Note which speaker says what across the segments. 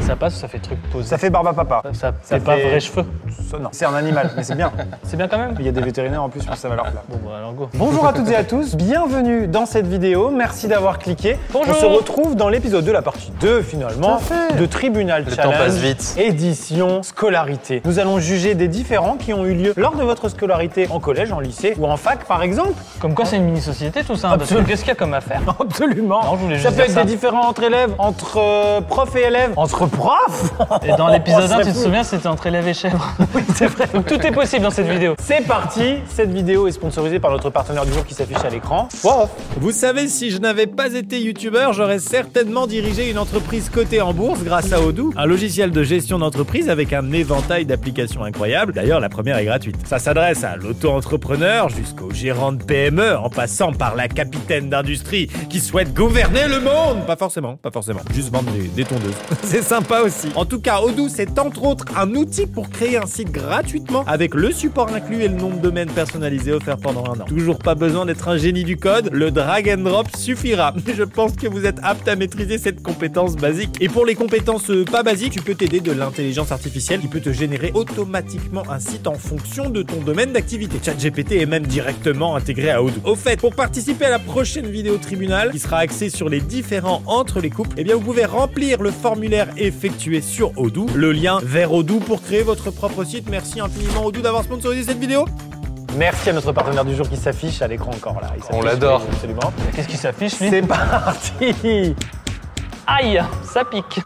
Speaker 1: Ça passe ou ça fait truc posé
Speaker 2: Ça fait barba papa.
Speaker 1: Ça fait pas vrai cheveux.
Speaker 2: Ça, non, c'est un animal, mais c'est bien.
Speaker 1: C'est bien quand même
Speaker 2: Il y a des vétérinaires en plus, mais ça va leur plaire.
Speaker 1: Bon, bah, alors go.
Speaker 2: Bonjour à toutes et à tous, bienvenue dans cette vidéo, merci d'avoir cliqué.
Speaker 1: Bonjour.
Speaker 2: On se retrouve dans l'épisode 2, la partie 2 finalement,
Speaker 1: Tout à fait.
Speaker 2: de Tribunal
Speaker 3: Le temps
Speaker 2: Challenge,
Speaker 3: passe vite.
Speaker 2: édition, scolarité. Nous allons juger des différends qui ont eu lieu lors de votre scolarité en collège, en lycée ou en fac par exemple.
Speaker 1: Comme quoi, c'est une mini-société tout ça. hein, parce que
Speaker 2: Absolument.
Speaker 1: Qu'est-ce qu'il y a comme affaire
Speaker 2: Absolument.
Speaker 1: Non, je voulais
Speaker 2: ça
Speaker 1: juste
Speaker 2: peut être
Speaker 1: dire ça.
Speaker 2: des différends entre élèves, entre euh, profs et élèves, entre profs.
Speaker 1: Et dans l'épisode 1,
Speaker 2: On serait
Speaker 1: tu te
Speaker 2: fous.
Speaker 1: souviens, c'était entre élèves et chèvres. Oui, c'est vrai. Donc tout est possible dans cette vidéo.
Speaker 2: C'est parti, cette vidéo est sponsorisée par notre partenaire du jour qui s'affiche à l'écran. Wow.
Speaker 4: Vous savez, si je n'avais pas été youtubeur, j'aurais certainement dirigé une entreprise cotée en bourse grâce à Odoo, un logiciel de gestion d'entreprise avec un éventail d'applications incroyables. D'ailleurs, la première est gratuite. Ça s'adresse à l'auto-entrepreneur jusqu'au gérant de PME en passant par la capitaine d'industrie qui souhaite gouverner le monde. Pas forcément, pas forcément. Juste vendre des, des tondeuses. c'est sympa aussi. En tout cas, Odoo, c'est entre autres un outil pour créer un site gratuitement avec le support inclus et le nom de domaine personnalisé offert pendant un an. Toujours pas besoin d'être un génie du code, le drag and drop suffira. Je pense que vous êtes apte à maîtriser cette compétence basique. Et pour les compétences euh, pas basiques, tu peux t'aider de l'intelligence artificielle qui peut te générer automatiquement un site en fonction de ton domaine d'activité. ChatGPT est même directement intégré à Odoo. Au fait, pour participer à la prochaine vidéo tribunal qui sera axée sur les différends entre les couples, eh bien vous pouvez remplir le formulaire effectué sur Odoo, le lien vers Odoo pour créer votre propre site. Merci infiniment Odoo d'avoir sponsorisé cette vidéo.
Speaker 2: Merci à notre partenaire du jour qui s'affiche à l'écran encore là. Il s'affiche,
Speaker 3: On l'adore.
Speaker 2: oui, Absolument.
Speaker 1: Qu'est-ce qui s'affiche, lui
Speaker 2: C'est parti
Speaker 1: Aïe, ça pique.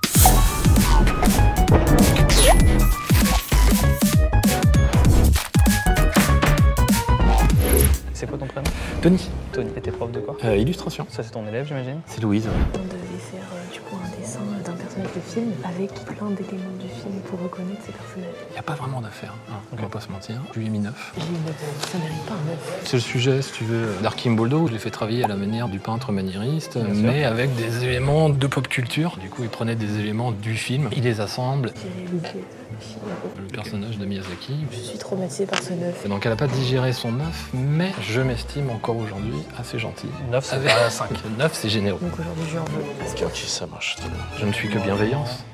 Speaker 1: C'est quoi ton prénom
Speaker 3: Tony, Euh,
Speaker 1: Tony, et t'es prof de quoi
Speaker 3: illustration.
Speaker 1: Ça, c'est ton élève, j'imagine
Speaker 3: C'est Louise.
Speaker 5: On devait faire euh, du coup un dessin d'un personnage de film avec plein d'éléments du film pour reconnaître ces personnages.
Speaker 3: Il n'y a pas vraiment d'affaires, hein, on va pas se mentir. Je lui ai mis 9.
Speaker 5: Il est une meuf, euh, ça mérite pas un meuf.
Speaker 3: C'est le sujet, si tu veux, euh, d'Archimboldo. Je l'ai fait travailler à la manière du peintre maniériste, mais avec des éléments de pop culture. Du coup, il prenait des éléments du film, il les assemble.
Speaker 5: J'ai oublié. Chihiro.
Speaker 3: Le personnage de Miyazaki.
Speaker 5: Je suis traumatisée par ce neuf.
Speaker 3: Donc, elle n'a pas digéré son 9, mais je m'estime encore aujourd'hui assez gentil.
Speaker 1: 9, c'est
Speaker 3: Avec
Speaker 1: pas
Speaker 3: 5. 9, c'est généreux.
Speaker 5: Donc aujourd'hui je lui en veux. Parce que
Speaker 3: ça marche très bien. Je ne suis que bienveillance.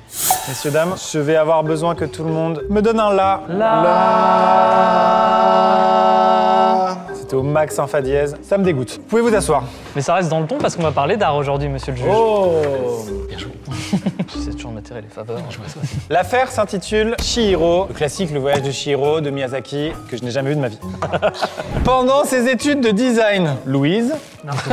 Speaker 2: Messieurs, dames, je vais avoir besoin que tout le monde me donne un la.
Speaker 1: La.
Speaker 3: Ah.
Speaker 2: C'était au max en fa dièse. Ça me dégoûte. Vous pouvez vous asseoir.
Speaker 1: Mais ça reste dans le ton parce qu'on va parler d'art aujourd'hui, monsieur le juge.
Speaker 2: Oh
Speaker 3: Bien joué.
Speaker 1: C'est toujours m'attirer les faveurs.
Speaker 3: Je vois ça.
Speaker 2: L'affaire s'intitule Chihiro, le classique Le voyage de Chihiro de Miyazaki, que je n'ai jamais vu de ma vie. Pendant ses études de design, Louise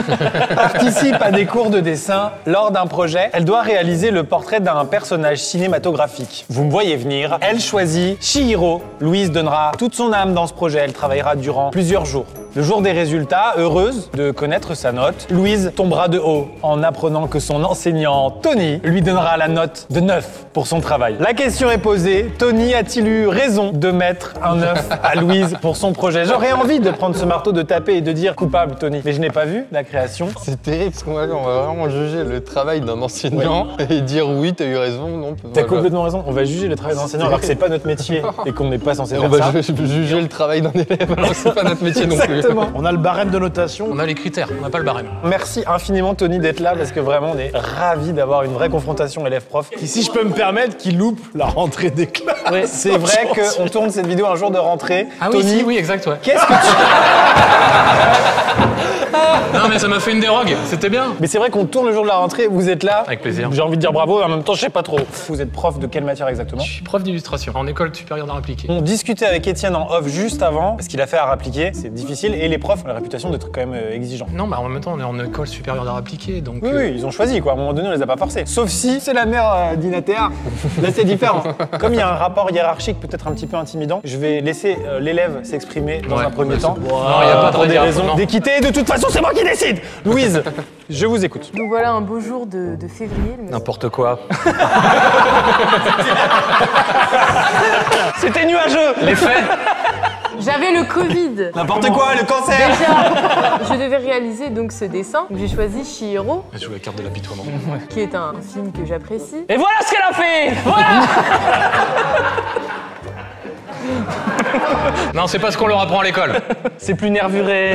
Speaker 2: Participe à des cours de dessin lors d'un projet. Elle doit réaliser le portrait d'un personnage cinématographique. Vous me voyez venir. Elle choisit Chihiro. Louise donnera toute son âme dans ce projet. Elle travaillera durant plusieurs jours. Le jour des résultats, heureuse de connaître sa note, Louise tombera de haut en apprenant que son enseignant Tony lui donnera la note de 9 pour son travail. La question est posée, Tony a-t-il eu raison de mettre un 9 à Louise pour son projet J'aurais envie de prendre ce marteau, de taper et de dire coupable Tony, mais je n'ai pas vu la création.
Speaker 6: C'est terrible parce qu'on va, on va vraiment juger le travail d'un enseignant et dire oui, t'as eu raison, non.
Speaker 2: T'as complètement raison, on va juger le travail d'un enseignant alors que c'est pas notre métier et qu'on n'est pas censé faire ça.
Speaker 6: Je peux juger le travail d'un élève alors que c'est pas notre métier non plus.
Speaker 2: Exactement. On a le barème de notation.
Speaker 3: On a les critères, on n'a pas le barème.
Speaker 2: Merci infiniment Tony d'être là parce que vraiment on est ravis d'avoir une vraie confrontation élève-prof.
Speaker 4: Et si je peux me permettre, qu'il loupe la rentrée des classes.
Speaker 2: Oui, c'est vrai qu'on tourne cette vidéo un jour de rentrée.
Speaker 3: Ah oui,
Speaker 2: Tony,
Speaker 3: si, oui, exact, ouais.
Speaker 2: qu'est-ce que tu...
Speaker 3: Non, mais ça m'a fait une dérogue, c'était bien.
Speaker 2: Mais c'est vrai qu'on tourne le jour de la rentrée, vous êtes là.
Speaker 3: Avec plaisir.
Speaker 2: J'ai envie de dire bravo, en même temps je sais pas trop. Vous êtes prof de quelle matière exactement
Speaker 3: Je suis prof d'illustration en école supérieure d'art appliqué.
Speaker 2: On discutait avec Étienne en off juste avant, parce qu'il a fait à appliquer, c'est difficile, et les profs ont la réputation d'être quand même euh, exigeants.
Speaker 3: Non, bah en même temps, on est en école supérieure d'art appliqué, donc. euh,
Speaker 2: Oui, oui, ils ont choisi quoi. À un moment donné, on les a pas forcés. Sauf si c'est la mère euh, d'Inatea. Là, c'est différent. Comme il y a un rapport hiérarchique peut-être un petit peu intimidant, je vais laisser euh, l'élève s'exprimer dans
Speaker 3: Ouais,
Speaker 2: un premier
Speaker 3: mais
Speaker 2: temps.
Speaker 3: c'est- Non, il y a pas de
Speaker 2: Pour des
Speaker 3: regard,
Speaker 2: raisons
Speaker 3: non.
Speaker 2: d'équité. De toute façon, c'est moi qui décide. Louise, je vous écoute.
Speaker 5: Donc voilà un beau jour de, de février. le-
Speaker 7: N'importe quoi.
Speaker 2: C'était nuageux.
Speaker 3: Les faits
Speaker 5: J'avais le Covid.
Speaker 2: N'importe quoi, le cancer.
Speaker 5: Déjà, je devais réaliser donc ce dessin. Donc, J'ai choisi Chihiro,
Speaker 3: Elle joue la carte de l'apitoiement.
Speaker 5: qui est un film que j'apprécie.
Speaker 1: Et voilà ce qu'elle a fait Voilà
Speaker 3: Non, c'est pas ce qu'on leur apprend à l'école.
Speaker 1: C'est plus nervuré.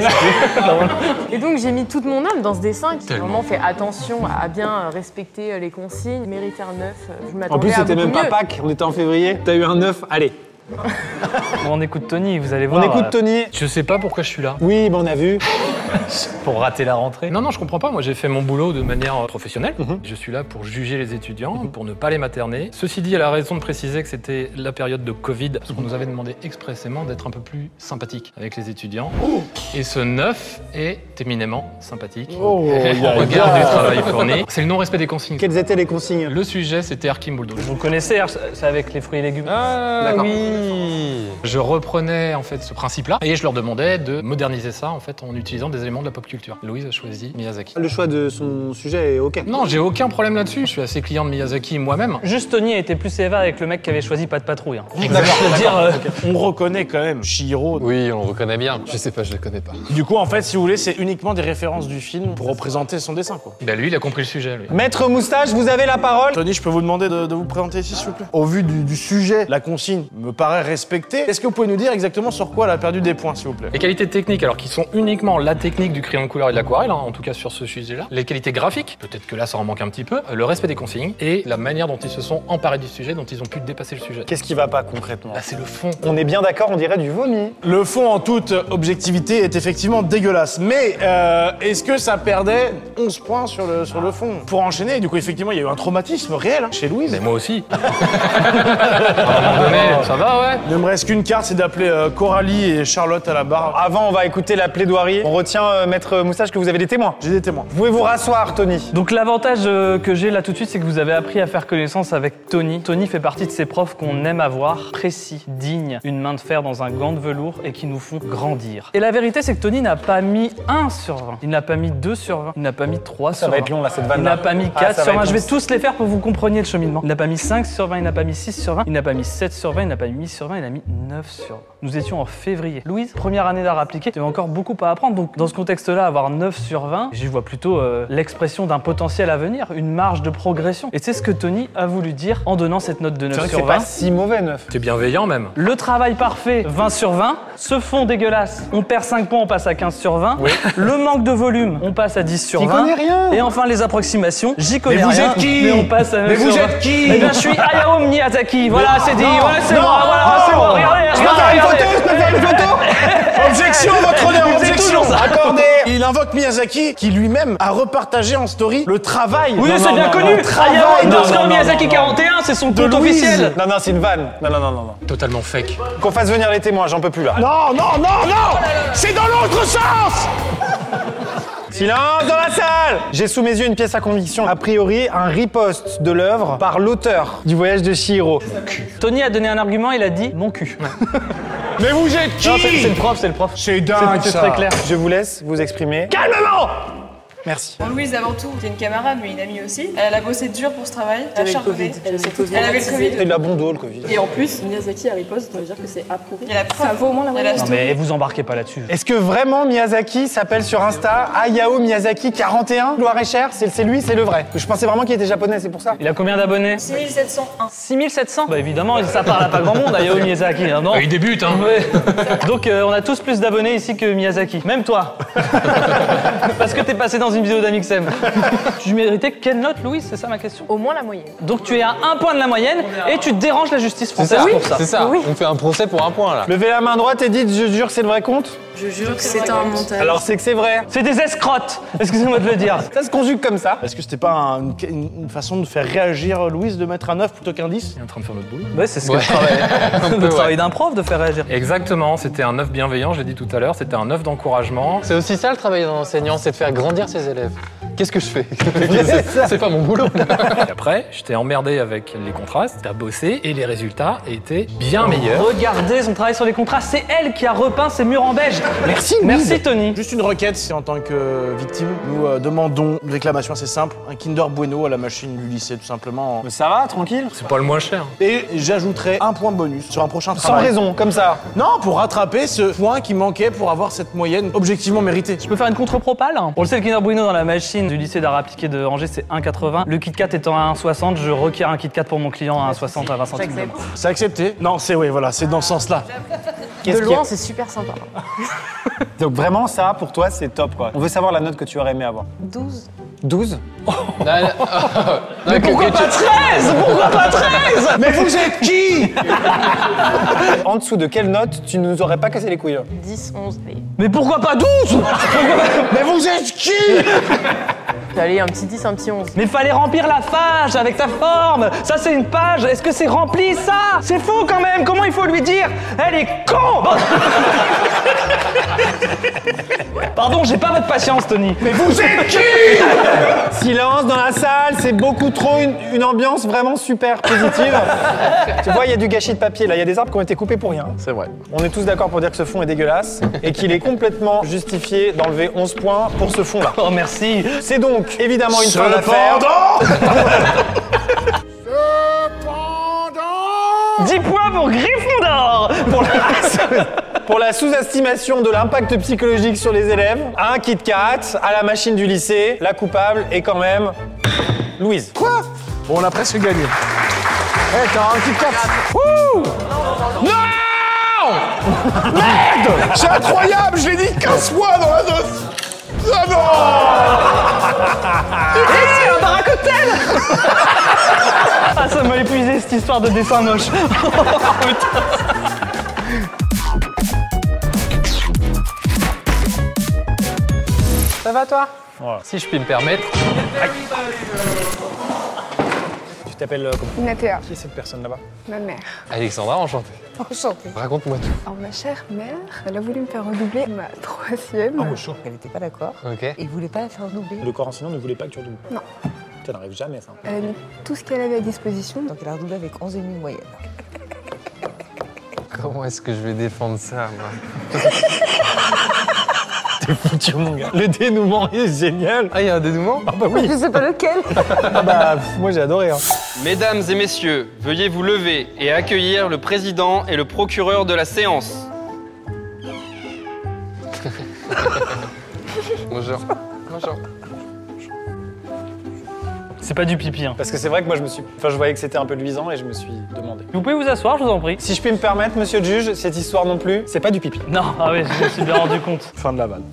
Speaker 5: Et donc j'ai mis toute mon âme dans ce dessin qui
Speaker 3: Tellement.
Speaker 5: vraiment fait attention à bien respecter les consignes, mériter un neuf. Je m'attendais
Speaker 2: En plus,
Speaker 5: à
Speaker 2: c'était
Speaker 5: beaucoup
Speaker 2: même pas
Speaker 5: mieux.
Speaker 2: Pâques, on était en février. T'as eu un 9, allez.
Speaker 1: On écoute Tony, vous allez
Speaker 2: On
Speaker 1: voir. euh.
Speaker 2: écoute Tony.
Speaker 3: Je sais pas pourquoi je suis là.
Speaker 2: Oui, ben on a vu.
Speaker 1: Pour rater la rentrée. Mhm.
Speaker 3: Non, non, je comprends pas. Moi, j'ai fait mon boulot de manière euh, professionnelle. Je suis là pour juger les étudiants, pour ne pas les materner. Ceci dit, elle a raison de préciser que c'était la période de Covid, parce qu'on nous avait demandé expressément d'être un peu plus sympathique avec les étudiants. Et ce 9 est éminemment sympathique.
Speaker 2: Oh,
Speaker 3: au
Speaker 2: yeah,
Speaker 3: regard
Speaker 2: yeah.
Speaker 3: du travail fourni. C'est le non-respect des consignes.
Speaker 2: Quelles étaient les consignes
Speaker 3: Le sujet, c'était Arkim Bouldo.
Speaker 1: Vous connaissez, hein, c'est avec les fruits et légumes.
Speaker 3: Ah
Speaker 6: oui
Speaker 3: Je reprenais en fait ce principe-là et je leur demandais de moderniser ça en fait en utilisant des éléments de la pop culture. Louise a choisi Miyazaki.
Speaker 2: Le choix de son sujet est OK.
Speaker 3: Non, j'ai aucun problème là-dessus. Je suis assez client de Miyazaki moi-même.
Speaker 1: Juste Tony a été plus sévère avec le mec qui avait choisi pas de patrouille. hein.
Speaker 3: Exactement.
Speaker 1: Je veux dire, euh,
Speaker 7: On reconnaît quand même Shiro.
Speaker 6: Oui, on le reconnaît bien. Je sais pas, je le connais pas.
Speaker 7: Du coup, en fait, si vous voulez, c'est uniquement des références du film pour représenter son dessin, quoi.
Speaker 3: Ben lui, il a compris le sujet. Lui.
Speaker 2: Maître Moustache, vous avez la parole
Speaker 7: Tony, je peux vous demander de, de vous présenter ici, s'il vous plaît Au vu du, du sujet, la consigne me paraît respectée. Est-ce que vous pouvez nous dire exactement sur quoi elle a perdu des points, s'il vous plaît
Speaker 3: Les qualités techniques, alors qui sont uniquement la technique du crayon de couleur et de l'aquarelle, hein, en tout cas sur ce sujet-là. Les qualités graphiques, peut-être que là ça en manque un petit peu. Le respect des consignes et la manière dont ils se sont emparés du sujet, dont ils ont pu dépasser le sujet.
Speaker 2: Qu'est-ce qui va pas concrètement
Speaker 3: Là, c'est le fond.
Speaker 2: On est bien d'accord, on dirait du vomi.
Speaker 7: Le fond, en toute objectivité, est effectivement dégueulasse. Mais euh, est-ce que ça perdait 11 points sur le, sur le fond Pour enchaîner, du coup, effectivement, il y a eu un traumatisme réel hein, chez Louise.
Speaker 3: Mais moi aussi. À un moment
Speaker 6: Oh.
Speaker 3: donné, ça va, ouais.
Speaker 7: Il ne me reste qu'une carte, c'est d'appeler euh, Coralie et Charlotte à la barre.
Speaker 2: Avant, on va écouter la plaidoirie. On retient, euh, Maître Moustache, que vous avez des témoins.
Speaker 7: J'ai des témoins.
Speaker 2: Vous pouvez vous rasseoir, Tony.
Speaker 1: Donc l'avantage euh, que j'ai là tout de suite, c'est que vous avez appris à faire connaissance avec Tony. Tony fait partie de ces profs qu'on aime avoir, précis, dignes, une main de fer dans un gant de velours et qui nous font grandir. Et la vérité, c'est que Tony n'a pas mis 1 sur 20, il n'a pas mis 2 sur 20, il n'a pas mis 3
Speaker 2: Ça
Speaker 1: sur 20.
Speaker 2: va être long, là, cette
Speaker 1: Il
Speaker 2: vanne-là.
Speaker 1: n'a pas mis
Speaker 2: Ah,
Speaker 1: 4
Speaker 2: ça
Speaker 1: sur
Speaker 2: va
Speaker 1: 20.
Speaker 2: être
Speaker 1: Je vais
Speaker 2: long.
Speaker 1: tous les faire pour que vous compreniez le cheminement. Il n'a pas mis 5 sur 20, il n'a pas mis 6 sur 20, il n'a pas mis 7 sur 20, il n'a pas mis 8 sur 20, il a mis 9 sur 20. Nous étions en février. Louise, première année d'art appliqué, tu avais encore beaucoup à apprendre. Donc, dans ce contexte-là, avoir 9 sur 20, j'y vois plutôt euh, l'expression d'un potentiel à venir, une marge de progression. Et c'est ce que Tony a voulu dire en donnant cette note de
Speaker 2: C'est vrai
Speaker 1: 9
Speaker 2: que c'est
Speaker 1: sur
Speaker 2: pas
Speaker 1: 20.
Speaker 2: si mauvais, neuf.
Speaker 3: T'es bienveillant même.
Speaker 1: Le travail parfait, 20 sur 20. Ce fond dégueulasse, on perd 5 points, on passe à 15 sur 20. Le manque de volume, on passe à 10 sur
Speaker 2: T'y
Speaker 1: 20.
Speaker 2: connais rien.
Speaker 1: Et enfin, les approximations, j'y connais
Speaker 7: Mais vous
Speaker 1: rien.
Speaker 7: êtes qui
Speaker 1: Mais on passe à
Speaker 7: Mais
Speaker 1: 9
Speaker 7: vous
Speaker 1: sur
Speaker 7: êtes
Speaker 1: 20.
Speaker 7: qui
Speaker 1: Eh bien, je suis Hayao Miyazaki. Voilà, c'est dit.
Speaker 7: non,
Speaker 1: voilà, c'est
Speaker 7: non,
Speaker 1: moi. Voilà, c'est
Speaker 7: non.
Speaker 1: moi. Regardez,
Speaker 7: Je
Speaker 1: je
Speaker 7: peux faire une
Speaker 1: regardez.
Speaker 7: photo, je peux faire une photo Objection, votre honneur,
Speaker 1: C'est
Speaker 7: objection
Speaker 1: toujours ça.
Speaker 7: Accordé Il invoque Miyazaki, qui lui-même a repartagé en story le travail.
Speaker 1: Oui,
Speaker 7: Non,
Speaker 1: c'est
Speaker 7: non,
Speaker 1: bien
Speaker 7: non,
Speaker 1: connu.
Speaker 7: non.
Speaker 1: Hayao
Speaker 7: Non, non,
Speaker 1: underscore
Speaker 7: non,
Speaker 1: Miyazaki
Speaker 7: non.
Speaker 1: 41, c'est son compte
Speaker 7: Louise.
Speaker 1: officiel.
Speaker 2: Non, non, c'est une vanne. Non, non, non, non. non.
Speaker 3: Totalement fake.
Speaker 2: Qu'on fasse venir les témoins, j'en peux plus, là.
Speaker 7: Non, non, non, non C'est dans l'autre sens
Speaker 2: Silence dans la salle J'ai sous mes yeux une pièce à conviction, a priori un riposte de l'œuvre par l'auteur du voyage de Shihiro.
Speaker 1: Tony a donné un argument, il a dit mon cul.
Speaker 2: Mais vous êtes
Speaker 1: qui
Speaker 2: C'est le prof, c'est le prof. C'est
Speaker 1: dingue,
Speaker 2: C'est
Speaker 1: ça.
Speaker 2: très clair. Je vous laisse vous exprimer. Calmement Merci.
Speaker 8: Bon, Louise, avant tout, Ah c'est une camarade, mais une amie aussi. Elle a bossé dur pour ce travail. Elle a charbonné.
Speaker 5: Elle avait le Covid.
Speaker 8: Elle avait le Covid.
Speaker 2: Il a bon dos, le Covid.
Speaker 5: Et en plus, Miyazaki à riposte, on veut dire que c'est approuvé.
Speaker 8: Ça vaut au moins la moyenne.
Speaker 1: Non mais vous embarquez pas là-dessus.
Speaker 2: Est-ce que vraiment Miyazaki s'appelle sur Insta Ayao Miyazaki 41 Loire et Cher C'est c'est lui, c'est le vrai. Je pensais vraiment qu'il était japonais, c'est pour ça.
Speaker 1: Il a combien d'abonnés
Speaker 8: 6701.
Speaker 1: 6700 Bah évidemment, ça parle à pas grand monde, Hayao Miyazaki.
Speaker 6: Ah
Speaker 1: hein, non
Speaker 3: Bah, il débute, hein.
Speaker 1: Ouais. Donc euh, on a tous plus d'abonnés ici que Miyazaki. Même toi. Parce que t'es passé dans une vidéo d'Amixem. tu méritais quelle note, Louise C'est ça ma question
Speaker 8: Au moins la moyenne.
Speaker 1: Donc tu es à un point de la moyenne et tu déranges la justice
Speaker 6: C'est
Speaker 1: française
Speaker 6: ça,
Speaker 1: pour ça.
Speaker 6: c'est ça. On fait un procès pour un point là.
Speaker 2: Levez la main droite et dites je jure que c'est le vrai compte
Speaker 5: Je jure que c'est un montage.
Speaker 2: Alors c'est que c'est vrai.
Speaker 1: C'est des escrottes Excusez-moi de le dire.
Speaker 2: Ça se conjugue comme ça.
Speaker 7: Est-ce que c'était pas un- une, une façon de faire réagir Louise de mettre un 9 plutôt qu'un 10
Speaker 3: Il est en train de faire notre boulot.
Speaker 1: Ouais, c'est ce
Speaker 3: Ouais.
Speaker 1: que je travaille.
Speaker 3: Un peu,
Speaker 1: le
Speaker 3: ouais.
Speaker 1: travail d'un prof de faire réagir.
Speaker 3: Exactement, c'était un œuf bienveillant, je l'ai dit tout à l'heure, c'était un œuf d'encouragement.
Speaker 6: C'est aussi ça le travail d'un enseignant, c'est de faire grandir ses élèves. Qu'est-ce que je fais
Speaker 3: C'est
Speaker 6: C'est- C'est pas mon boulot.
Speaker 3: Et après, je t'ai emmerdé avec les contrastes, t'as bossé et les résultats étaient bien meilleurs.
Speaker 1: Regardez son travail sur les contrats, c'est elle qui a repeint ses murs en beige.
Speaker 7: Merci,
Speaker 1: Merci
Speaker 7: Mid.
Speaker 1: Tony.
Speaker 7: Juste une requête, c'est en tant que euh, victime, nous euh, demandons une réclamation assez simple, un Kinder Bueno à la machine du lycée, tout simplement.
Speaker 2: Mais ça va, tranquille
Speaker 3: C'est pas le moins cher.
Speaker 7: Et j'ajouterai un point bonus sur un prochain
Speaker 2: Sans
Speaker 7: travail.
Speaker 2: raison, comme ça.
Speaker 7: Non, pour rattraper ce point qui manquait pour avoir cette moyenne objectivement méritée.
Speaker 1: Je peux faire une contre-propale On le sait, le Kinder Bueno dans la machine du lycée d'art appliqué de Angers, c'est 1,80. Le Kit Kat étant à 1,60, je requiers un Kit Kat pour mon client à 1,60 à 20 centimes.
Speaker 5: J'accepte.
Speaker 7: C'est accepté Non, c'est oui, voilà, c'est dans ce sens-là.
Speaker 5: De
Speaker 2: Qu'est-ce qu'il y a
Speaker 5: loin, c'est super sympa.
Speaker 2: Donc vraiment ça pour toi c'est top quoi. On veut savoir la note que tu aurais aimé avoir.
Speaker 5: 12.
Speaker 2: 12
Speaker 6: Mais pourquoi pas
Speaker 2: 13 Pourquoi
Speaker 6: pas
Speaker 2: 13 Mais vous êtes qui En dessous de quelle note tu nous aurais pas cassé les couilles
Speaker 5: 10, 11, allez.
Speaker 1: Mais pourquoi pas 12
Speaker 2: Mais vous êtes qui
Speaker 5: Allez, un petit 10, un petit 11.
Speaker 1: Mais fallait remplir la page avec ta forme Ça c'est une page Est-ce que c'est rempli ça C'est fou quand même Comment il faut lui dire Eh, Elle est con Pardon, j'ai pas votre patience Tony.
Speaker 2: Mais vous êtes qui Silence dans la salle, c'est beaucoup trop une, une ambiance vraiment super positive. tu vois, il y a du gâchis de papier là, il y a des arbres qui ont été coupés pour rien.
Speaker 7: C'est vrai.
Speaker 2: On est tous d'accord pour dire que ce fond est dégueulasse et qu'il est complètement justifié d'enlever 11 points pour ce fond là.
Speaker 1: Oh merci
Speaker 2: C'est donc évidemment une fin
Speaker 7: Cependant
Speaker 2: d'affaire.
Speaker 1: 10 points pour Gryffondor
Speaker 2: pour la, pour la sous-estimation de l'impact psychologique sur les élèves. Un Kit Kat à la machine du lycée. La coupable est quand même Louise. Quoi
Speaker 7: Bon, on a presque gagné. Eh, t'as un petit cap. Wouh Non Merde C'est incroyable, je l'ai dit 15 fois dans la note Ah non
Speaker 1: C'est un bar à cocktail Ah, ça m'a épuisé cette histoire de dessin moche.
Speaker 2: Ça va toi
Speaker 3: Si je puis me permettre,
Speaker 2: Tu t'appelles euh, comment
Speaker 9: Natea,
Speaker 2: Qui est cette personne là-bas
Speaker 9: ma mère.
Speaker 6: Alexandra, enchanté.
Speaker 9: Enchantée.
Speaker 6: Raconte-moi tout.
Speaker 9: Alors, ma chère mère, elle a voulu me faire redoubler ma troisième.
Speaker 2: Ah, au chaud.
Speaker 9: Elle n'était pas d'accord.
Speaker 6: Ok.
Speaker 9: Et voulait pas la faire redoubler.
Speaker 2: Le corps enseignant ne voulait pas que tu redoubles.
Speaker 9: Non.
Speaker 2: Ça n'arrive jamais ça.
Speaker 9: Elle a mis tout ce qu'elle avait à disposition. Donc, elle a redoublé avec 11,5 moyenne.
Speaker 6: Comment est-ce que je vais défendre ça, moi
Speaker 2: T'es foutu, mon gars. Le dénouement est génial.
Speaker 6: Ah, il y a un dénouement
Speaker 2: Ah bah oui.
Speaker 9: Je sais pas lequel.
Speaker 2: Ah bah pff, moi j'ai adoré. hein.
Speaker 10: Mesdames et messieurs, veuillez vous lever et accueillir le président et le procureur de la séance.
Speaker 6: Bonjour. Bonjour.
Speaker 1: C'est pas du pipi, hein.
Speaker 2: Parce que c'est vrai que moi je me suis. Enfin je voyais que c'était un peu luisant et je me suis demandé.
Speaker 1: Vous pouvez vous asseoir, je vous en prie.
Speaker 2: Si je puis me permettre, monsieur le juge, cette histoire non plus, c'est pas du pipi.
Speaker 1: Non, ah oui, je me suis bien rendu compte.
Speaker 7: Fin de la vanne.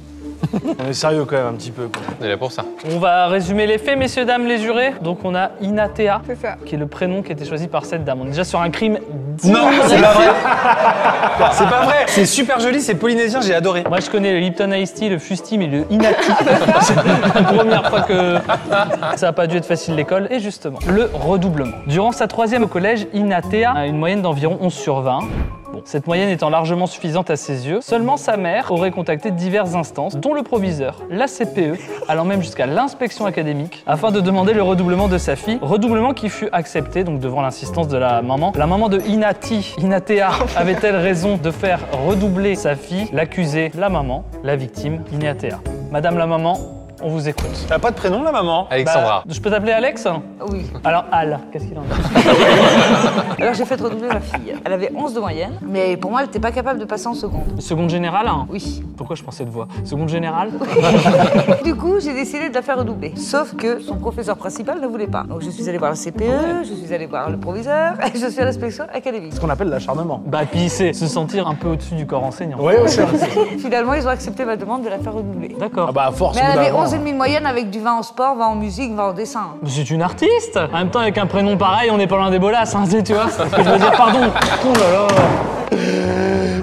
Speaker 7: On est sérieux quand même un petit peu. Quoi.
Speaker 6: On est là pour ça.
Speaker 1: On va résumer les faits, messieurs, dames, les jurés. Donc, on a Inatea,
Speaker 9: C'est ça.
Speaker 1: qui est le prénom qui a été choisi par cette dame. On est déjà sur un crime
Speaker 2: Non,
Speaker 1: d'immense.
Speaker 2: c'est pas vrai. c'est pas vrai. C'est super joli, c'est polynésien, j'ai adoré.
Speaker 1: Moi, je connais le Lipton Ice Tea, le Fusti, mais le Inati. c'est la première fois que ça a pas dû être facile l'école. Et justement, le redoublement. Durant sa troisième au collège, Inatea a une moyenne d'environ 11 sur 20. Bon, cette moyenne étant largement suffisante à ses yeux, seulement sa mère aurait contacté diverses instances, dont le proviseur, la CPE, allant même jusqu'à l'inspection académique, afin de demander le redoublement de sa fille, redoublement qui fut accepté, donc devant l'insistance de la maman. La maman de Inati, Inatea, avait-elle raison de faire redoubler sa fille L'accusé, la maman, la victime, Inatea. Madame la maman, on vous écoute.
Speaker 2: T'as pas de prénom la maman
Speaker 1: Alexandra. Bah, je peux t'appeler Alex
Speaker 11: Ah Oui.
Speaker 1: Alors Al, qu'est-ce qu'il en est
Speaker 11: Alors j'ai fait redoubler ma fille. Elle avait 11 de moyenne, mais pour moi, elle n'était pas capable de passer en seconde.
Speaker 1: Seconde générale hein. Oui. Pourquoi je pensais de voix Seconde générale
Speaker 11: du coup, j'ai décidé de la faire redoubler. Sauf que son professeur principal ne voulait pas. Donc je suis allée voir la CPE, E, je suis allée voir le proviseur, et je suis à l'inspection académique.
Speaker 1: qu'on appelle l'acharnement. Bah puis c'est se sentir un peu au-dessus du corps enseignant.
Speaker 7: Ouais, ouais, c'est
Speaker 11: Finalement, ils ont accepté ma demande de la faire redoubler.
Speaker 1: D'accord.
Speaker 7: bah à force.
Speaker 11: Mais elle
Speaker 1: bout d'un
Speaker 11: avait
Speaker 1: moment.
Speaker 11: 11,5 de moyenne avec du 20 en sport, 20 en musique, 20 en dessin.
Speaker 1: Mais c'est une artiste En même temps, avec un prénom pareil, on n'est pas loin des bolasses, hein, tu vois Ce que je veux dire, pardon Oh là là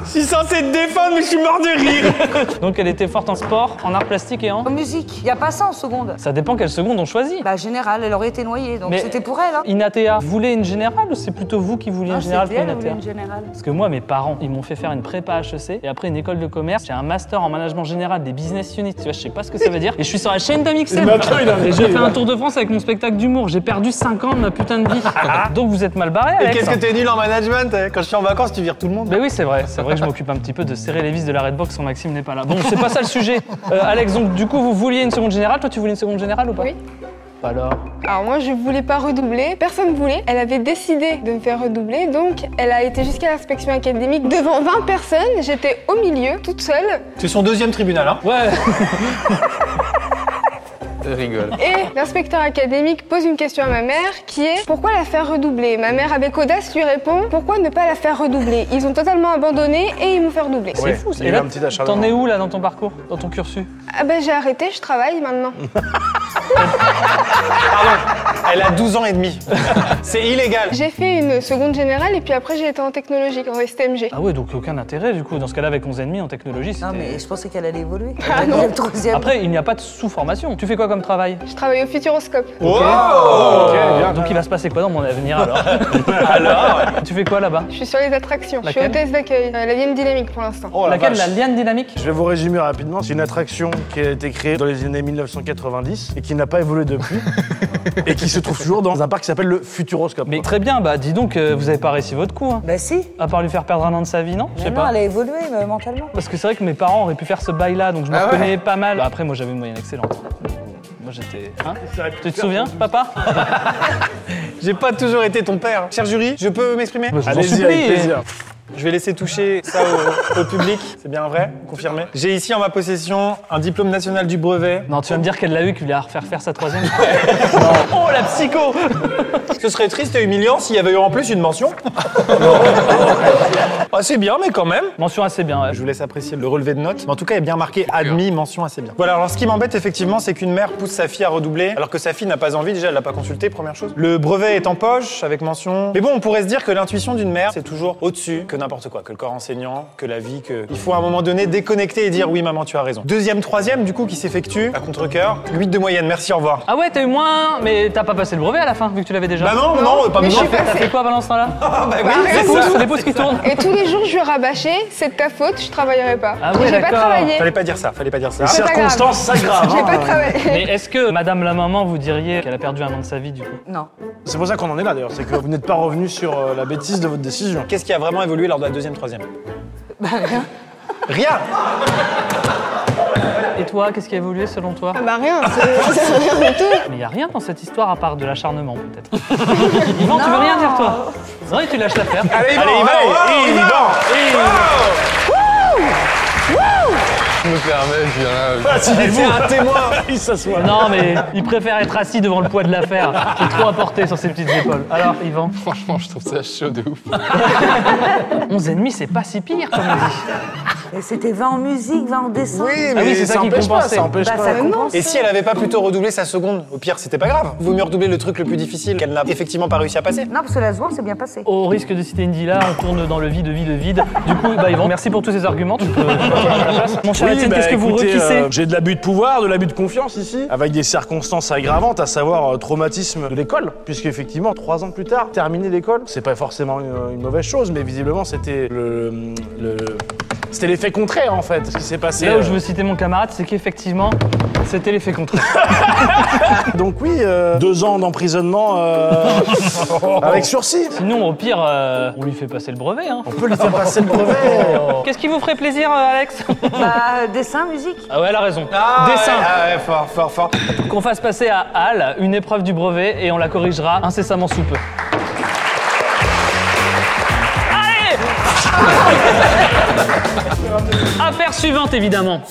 Speaker 2: Je suis censé te défendre, mais je suis mort de rire
Speaker 1: Donc elle était forte en sport, en art plastique et en...
Speaker 11: En musique, il n'y a pas ça en seconde.
Speaker 1: Ça dépend quelle seconde on choisit.
Speaker 11: Bah générale, elle aurait été noyée, donc
Speaker 1: Mais-
Speaker 11: c'était pour elle. Hein.
Speaker 1: Inatea, vous voulez une générale ou c'est plutôt vous qui voulez
Speaker 11: Non,
Speaker 1: une générale
Speaker 11: c'était elle,
Speaker 1: pas
Speaker 11: elle voulait
Speaker 1: Inatea
Speaker 11: une générale.
Speaker 1: Parce que moi, mes parents, ils m'ont fait faire une prépa HEC et après une école de commerce. J'ai un master en management général des business units. Tu vois, je sais pas ce que ça veut dire. Et je suis sur la chaîne de Mixem.
Speaker 7: Le matin, il a
Speaker 1: Et
Speaker 7: mangé,
Speaker 1: j'ai fait
Speaker 7: il a-
Speaker 1: un tour de France avec mon spectacle d'humour. J'ai perdu 5 ans de ma putain de vie. Donc vous êtes mal barré,
Speaker 2: Et
Speaker 1: Alex.
Speaker 2: qu'est-ce que t'es nul en management hein Quand je suis en vacances, tu vires tout le monde.
Speaker 1: Mais oui, c'est vrai. C'est vrai que je m'occupe un petit peu de serrer les vis de la Redbox quand Maxime n'est pas là. Bon, c'est pas ça le sujet. Euh, Alex, donc du coup, vous vouliez une seconde générale. Toi, tu voulais une seconde générale ou pas Oui. Bah alors.
Speaker 9: Alors moi je voulais pas redoubler, personne voulait. Elle avait décidé de me faire redoubler, donc elle a été jusqu'à l'inspection académique devant 20 personnes. J'étais au milieu, toute seule,
Speaker 2: C'est son deuxième tribunal, hein
Speaker 1: Ouais
Speaker 10: Rigole.
Speaker 9: et l'inspecteur académique pose une question à ma mère qui est pourquoi la faire redoubler Ma mère avec audace lui répond pourquoi ne pas la faire redoubler Ils ont totalement abandonné et ils m'ont fait redoubler.
Speaker 1: C'est fou.
Speaker 7: il y a
Speaker 1: Et
Speaker 7: eu
Speaker 1: là,
Speaker 7: un petit acharnement.
Speaker 1: t'en es où là dans ton parcours, dans ton cursus
Speaker 9: Ah ben j'ai arrêté, je travaille maintenant.
Speaker 2: Elle a 12 ans et demi. c'est illégal.
Speaker 9: J'ai fait une seconde générale et puis après j'ai été en technologique, en STMG.
Speaker 1: Ah ouais, donc aucun intérêt du coup. Dans ce cas-là, avec 11 ennemis en technologie, c'était. Non, mais
Speaker 11: je pensais qu'elle allait évoluer.
Speaker 9: Ah troisième.
Speaker 1: Après, il n'y a pas de sous-formation. Tu fais quoi comme travail
Speaker 9: Je travaille au Futuroscope.
Speaker 1: Ok.
Speaker 9: Oh
Speaker 1: Ok, bien. Donc il va se passer quoi dans mon avenir alors Alors Tu fais quoi là-bas
Speaker 9: Je suis sur les attractions, je
Speaker 1: Laquelle
Speaker 9: suis hôtesse d'accueil. Euh, la ligne dynamique pour l'instant.
Speaker 7: Oh,
Speaker 1: Laquelle,
Speaker 7: vache.
Speaker 1: la liane dynamique
Speaker 7: Je vais vous résumer rapidement. C'est une attraction qui a été créée dans les années 1990 et qui n'a pas évolué depuis et qui se trouve toujours dans un parc qui s'appelle le Futuroscope.
Speaker 1: Mais très bien, bah dis donc, euh, vous avez pas réussi votre coup. Hein.
Speaker 11: Bah si.
Speaker 1: À part lui faire perdre un an de sa vie, non Je sais
Speaker 11: Mais non,
Speaker 1: pas.
Speaker 11: elle a évolué mais mentalement.
Speaker 1: Parce que c'est vrai que mes parents auraient pu faire ce bail-là, donc je me
Speaker 11: Ah ouais.
Speaker 1: reconnais pas mal. Bah, après, moi j'avais une moyenne excellente. Moi j'étais. Hein tu te souviens, papa
Speaker 2: J'ai pas toujours été ton père. Cher jury, je peux m'exprimer
Speaker 1: Bah, je vous en Allez-y, supplie. avec plaisir.
Speaker 2: Je vais laisser toucher ça au, au public. C'est bien vrai Confirmé J'ai ici en ma possession un diplôme national du brevet.
Speaker 1: Non, tu vas me dire qu'elle l'a eu, qu'il a refaire faire sa troisième. Oh la psycho
Speaker 2: Ce serait triste et humiliant s'il y avait eu en plus une mention. Ah, c'est bien, mais quand même.
Speaker 1: Mention assez bien.
Speaker 2: Je vous laisse apprécier le relevé de notes. Mais en tout cas, il est bien marqué admis, mention assez bien. Voilà, alors ce qui m'embête effectivement, c'est qu'une mère pousse sa fille à redoubler, alors que sa fille n'a pas envie, déjà, elle l'a pas consulté, première chose. Le brevet est en poche, avec mention. Mais bon, on pourrait se dire que l'intuition d'une mère, c'est toujours au-dessus que n'importe quoi, que le corps enseignant, que la vie, que. Il faut à un moment donné déconnecter et dire oui, maman, tu as raison. Deuxième, troisième, du coup, qui s'effectue à contre-coeur. 8 de moyenne, merci, au revoir.
Speaker 1: Ah ouais, t'as eu moins, mais t'as pas passé le brevet à la fin, vu que tu l'avais déjà.
Speaker 2: Bah non, non, pas Mais besoin. je suis
Speaker 1: T'as
Speaker 2: passée.
Speaker 1: fait quoi pendant ce temps-là
Speaker 2: Ah bah
Speaker 9: oui,
Speaker 1: c'est
Speaker 9: c'est
Speaker 1: pouces,
Speaker 9: ça.
Speaker 1: c'est des pouces qui tournent.
Speaker 9: Et tous les jours, je lui rabâchais, c'est de ta faute, je travaillerai pas.
Speaker 1: Ah
Speaker 9: J'ai pas travaillé.
Speaker 2: Fallait pas dire ça, fallait pas dire ça.
Speaker 9: C'est pas grave.
Speaker 2: Circonstances, ça grave.
Speaker 9: J'ai pas travaillé.
Speaker 1: Mais est-ce que madame la maman, vous diriez qu'elle a perdu un an de sa vie du coup
Speaker 11: Non.
Speaker 7: C'est pour ça qu'on en est là d'ailleurs, c'est que vous n'êtes pas revenu sur euh, la bêtise de votre décision.
Speaker 2: Qu'est-ce qui a vraiment évolué lors de la deuxième, troisième
Speaker 11: Bah rien.
Speaker 2: Rien
Speaker 1: Et toi, qu'est-ce qui a évolué selon toi
Speaker 9: Bah rien, c'est c'est rien du tout.
Speaker 1: Mais y a rien dans cette histoire à part de l'acharnement peut-être. Yvan, tu veux rien dire toi Non, et tu lâches l'affaire.
Speaker 2: Allez, Yvan, allez, Yvan, Yvan.
Speaker 6: Je me permets, je viens là. je-
Speaker 1: Il s'assoit. Non, mais il préfère être assis devant le poids de l'affaire. C'est trop à porter sur ses petites épaules. Alors, Yvan
Speaker 6: Franchement, je trouve ça chaud de ouf.
Speaker 1: 11 ennemis, c'est pas si pire, comme on dit.
Speaker 11: Et c'était 20 en musique, 20 en dessin.
Speaker 1: Ah oui, c'est ça, qui compensait.
Speaker 11: Bah, ça compense.
Speaker 2: Et si elle avait pas plutôt redoublé sa seconde Au pire, c'était pas grave. Vaut mieux redoubler le truc le plus difficile qu'elle n'a effectivement pas réussi à passer.
Speaker 11: Non, parce que la seconde, c'est bien passé.
Speaker 1: Au risque de citer Indy là, on tourne dans le vide, vide, vide. Du coup, bah, Yvan, merci pour tous ces arguments. Tu peux... Mon cher
Speaker 2: Oui,
Speaker 1: Étienne, qu'est-ce que vous
Speaker 7: écoutez,
Speaker 1: requissez
Speaker 7: euh, J'ai de l'abus de pouvoir, de l'abus de confiance ici, avec des circonstances aggravantes, à savoir euh, traumatisme de l'école. Puisque effectivement, trois ans plus tard, terminer l'école, c'est pas forcément une, une mauvaise chose, mais visiblement, c'était le. le- c'était l'effet contraire en fait, ce qui s'est passé.
Speaker 1: Là où
Speaker 7: euh,
Speaker 1: je veux citer mon camarade, c'est qu'effectivement, c'était l'effet contraire.
Speaker 7: Donc oui, euh, deux ans d'emprisonnement euh, avec sursis.
Speaker 1: Sinon, au pire, euh, on lui fait passer le brevet. Hein.
Speaker 7: On peut lui faire passer le brevet.
Speaker 1: Qu'est-ce qui vous ferait plaisir, euh, Alex
Speaker 11: Bah, dessin, musique.
Speaker 1: Ah ouais, Ah elle a raison. Dessin. fort, fort, fort. Qu'on fasse passer à Al une épreuve du brevet et on la corrigera incessamment sous peu. Affaire suivante, évidemment.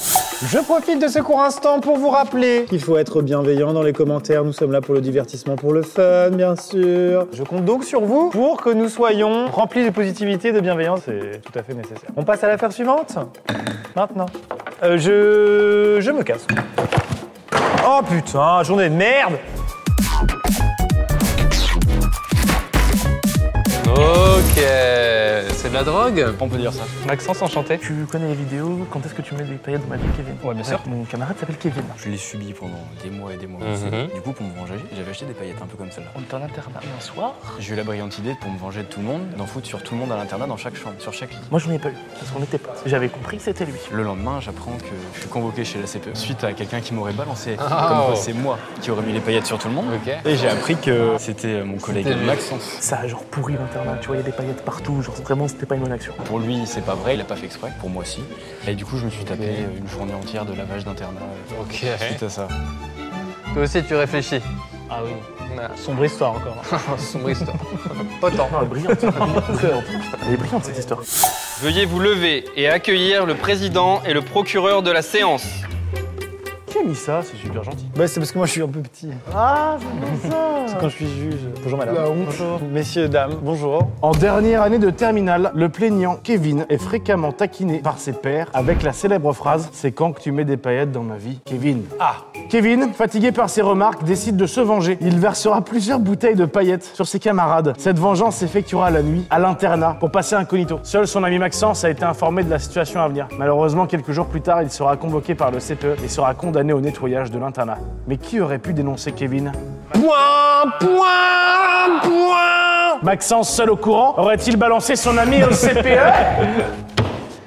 Speaker 2: Je profite de ce court instant pour vous rappeler qu'il faut être bienveillant dans les commentaires. Nous sommes là pour le divertissement, pour le fun, bien sûr. Je compte donc sur vous pour que nous soyons remplis de positivité, de bienveillance. C'est tout à fait nécessaire. On passe à l'affaire suivante Maintenant. Euh, je... je me casse. Oh putain, journée de merde
Speaker 6: Ok, c'est de la drogue
Speaker 1: On peut dire ça. Maxence, enchanté. Tu connais les vidéos Quand est-ce que tu mets des paillettes dans ma vie, Kevin Ouais, bien sûr. Mon camarade s'appelle Kevin.
Speaker 12: Je l'ai subi pendant des mois et des mois.
Speaker 6: Mhm.
Speaker 12: Du coup, pour me venger, j'avais acheté des paillettes un peu comme celle-là.
Speaker 1: On est en internat. Et hein. un soir
Speaker 12: J'ai eu la brillante idée pour me venger de tout le monde, d'en foutre sur tout le monde à l'internat, dans chaque chambre, sur chaque lit.
Speaker 1: Moi, j'en ai pas eu, parce qu'on était pas. J'avais compris que c'était lui.
Speaker 12: Le lendemain, j'apprends que je suis convoqué chez la E. CPE suite à quelqu'un qui m'aurait balancé.
Speaker 6: Oh.
Speaker 12: Comme quoi, c'est moi qui aurais mis les paillettes sur tout le monde. Et j'ai appris que c'était mon collègue
Speaker 6: C'était
Speaker 12: Maxence.
Speaker 1: Ça a genre pourri l'internat, tu vois, il y a des paillettes partout, genre vraiment, c'était pas une bonne action.
Speaker 12: Pour lui, c'est pas vrai, il a pas fait exprès. Pour moi, si. Et du coup, je me suis tapé une journée entière de lavage d'internat. euh,
Speaker 6: Ok.
Speaker 12: Suite à ça.
Speaker 6: Toi aussi, tu réfléchis.
Speaker 1: Ah oui. Sombre histoire encore.
Speaker 6: Sombre histoire. Pas tant.
Speaker 1: Non, elle est brillante. Elle est brillante. Elle est brillante cette histoire.
Speaker 6: Veuillez vous lever et accueillir le président et le procureur de la séance.
Speaker 7: Qui a mis ça C'est super gentil.
Speaker 2: Bah, c'est parce que moi je suis un peu petit.
Speaker 7: Ah,
Speaker 2: C'est quand je suis juge. Bonjour madame.
Speaker 7: La honte.
Speaker 2: Bonjour. Messieurs, dames, bonjour.
Speaker 7: En dernière année de terminale, le plaignant Kevin est fréquemment taquiné par ses pairs avec la célèbre phrase C'est quand que tu mets des paillettes dans ma vie, Kevin Ah Kevin, fatigué par ses remarques, décide de se venger. Il versera plusieurs bouteilles de paillettes sur ses camarades. Cette vengeance s'effectuera la nuit, à l'internat, pour passer incognito. Seul son ami Maxence a été informé de la situation à venir. Malheureusement, quelques jours plus tard, il sera convoqué par le CPE et sera condamné au nettoyage de l'internat. Mais qui aurait pu dénoncer Kevin Point Point Point Maxence, seul au courant, aurait-il balancé son ami au CPE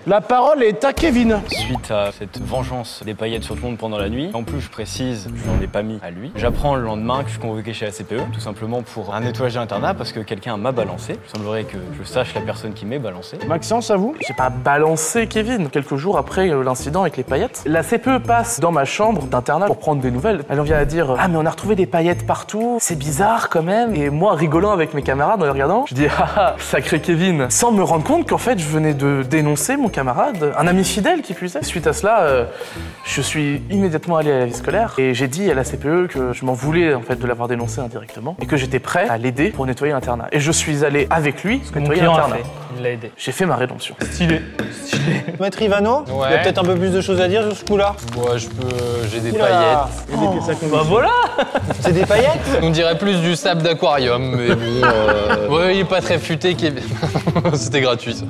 Speaker 7: La parole est à Kevin.
Speaker 12: Suite à cette vengeance des paillettes sur tout le monde pendant la nuit, en plus je précise, je n'en ai pas mis à lui. J'apprends le lendemain que je suis convoqué chez la CPE, tout simplement pour un nettoyage d'internat parce que quelqu'un m'a balancé. Il semblerait que je sache la personne qui m'est balancé.
Speaker 7: Maxence, à vous
Speaker 13: J'ai pas balancé Kevin quelques jours après euh, l'incident avec les paillettes. La CPE passe dans ma chambre d'internat pour prendre des nouvelles. Elle en vient à dire Ah, mais on a retrouvé des paillettes partout, c'est bizarre quand même. Et moi, rigolant avec mes camarades en les regardant, je dis Ah, ah, sacré Kevin Sans me rendre compte qu'en fait, je venais de dénoncer mon camarade, un ami fidèle qui puisait. Suite à cela, euh, je suis immédiatement allé à la vie scolaire et j'ai dit à la CPE que je m'en voulais en fait de l'avoir dénoncé indirectement et que j'étais prêt à l'aider pour nettoyer l'internat. Et je suis allé avec lui
Speaker 1: Mon
Speaker 13: nettoyer
Speaker 1: client l'a
Speaker 13: l'internat.
Speaker 1: fait. Il l'a aidé.
Speaker 13: J'ai fait ma rédemption.
Speaker 1: Stylé.
Speaker 2: Maître Ivano, il y a
Speaker 13: Ouais.
Speaker 2: peut-être un peu plus de choses à dire sur ce coup-là.
Speaker 6: Moi, je peux. J'ai des
Speaker 2: Oula.
Speaker 6: paillettes.
Speaker 2: Et des pièces à conviction.
Speaker 6: C'est des paillettes On dirait plus du sable d'aquarium, mais bon. euh, Ouais, il est pas très futé, Kevin. C'était gratuit, ça.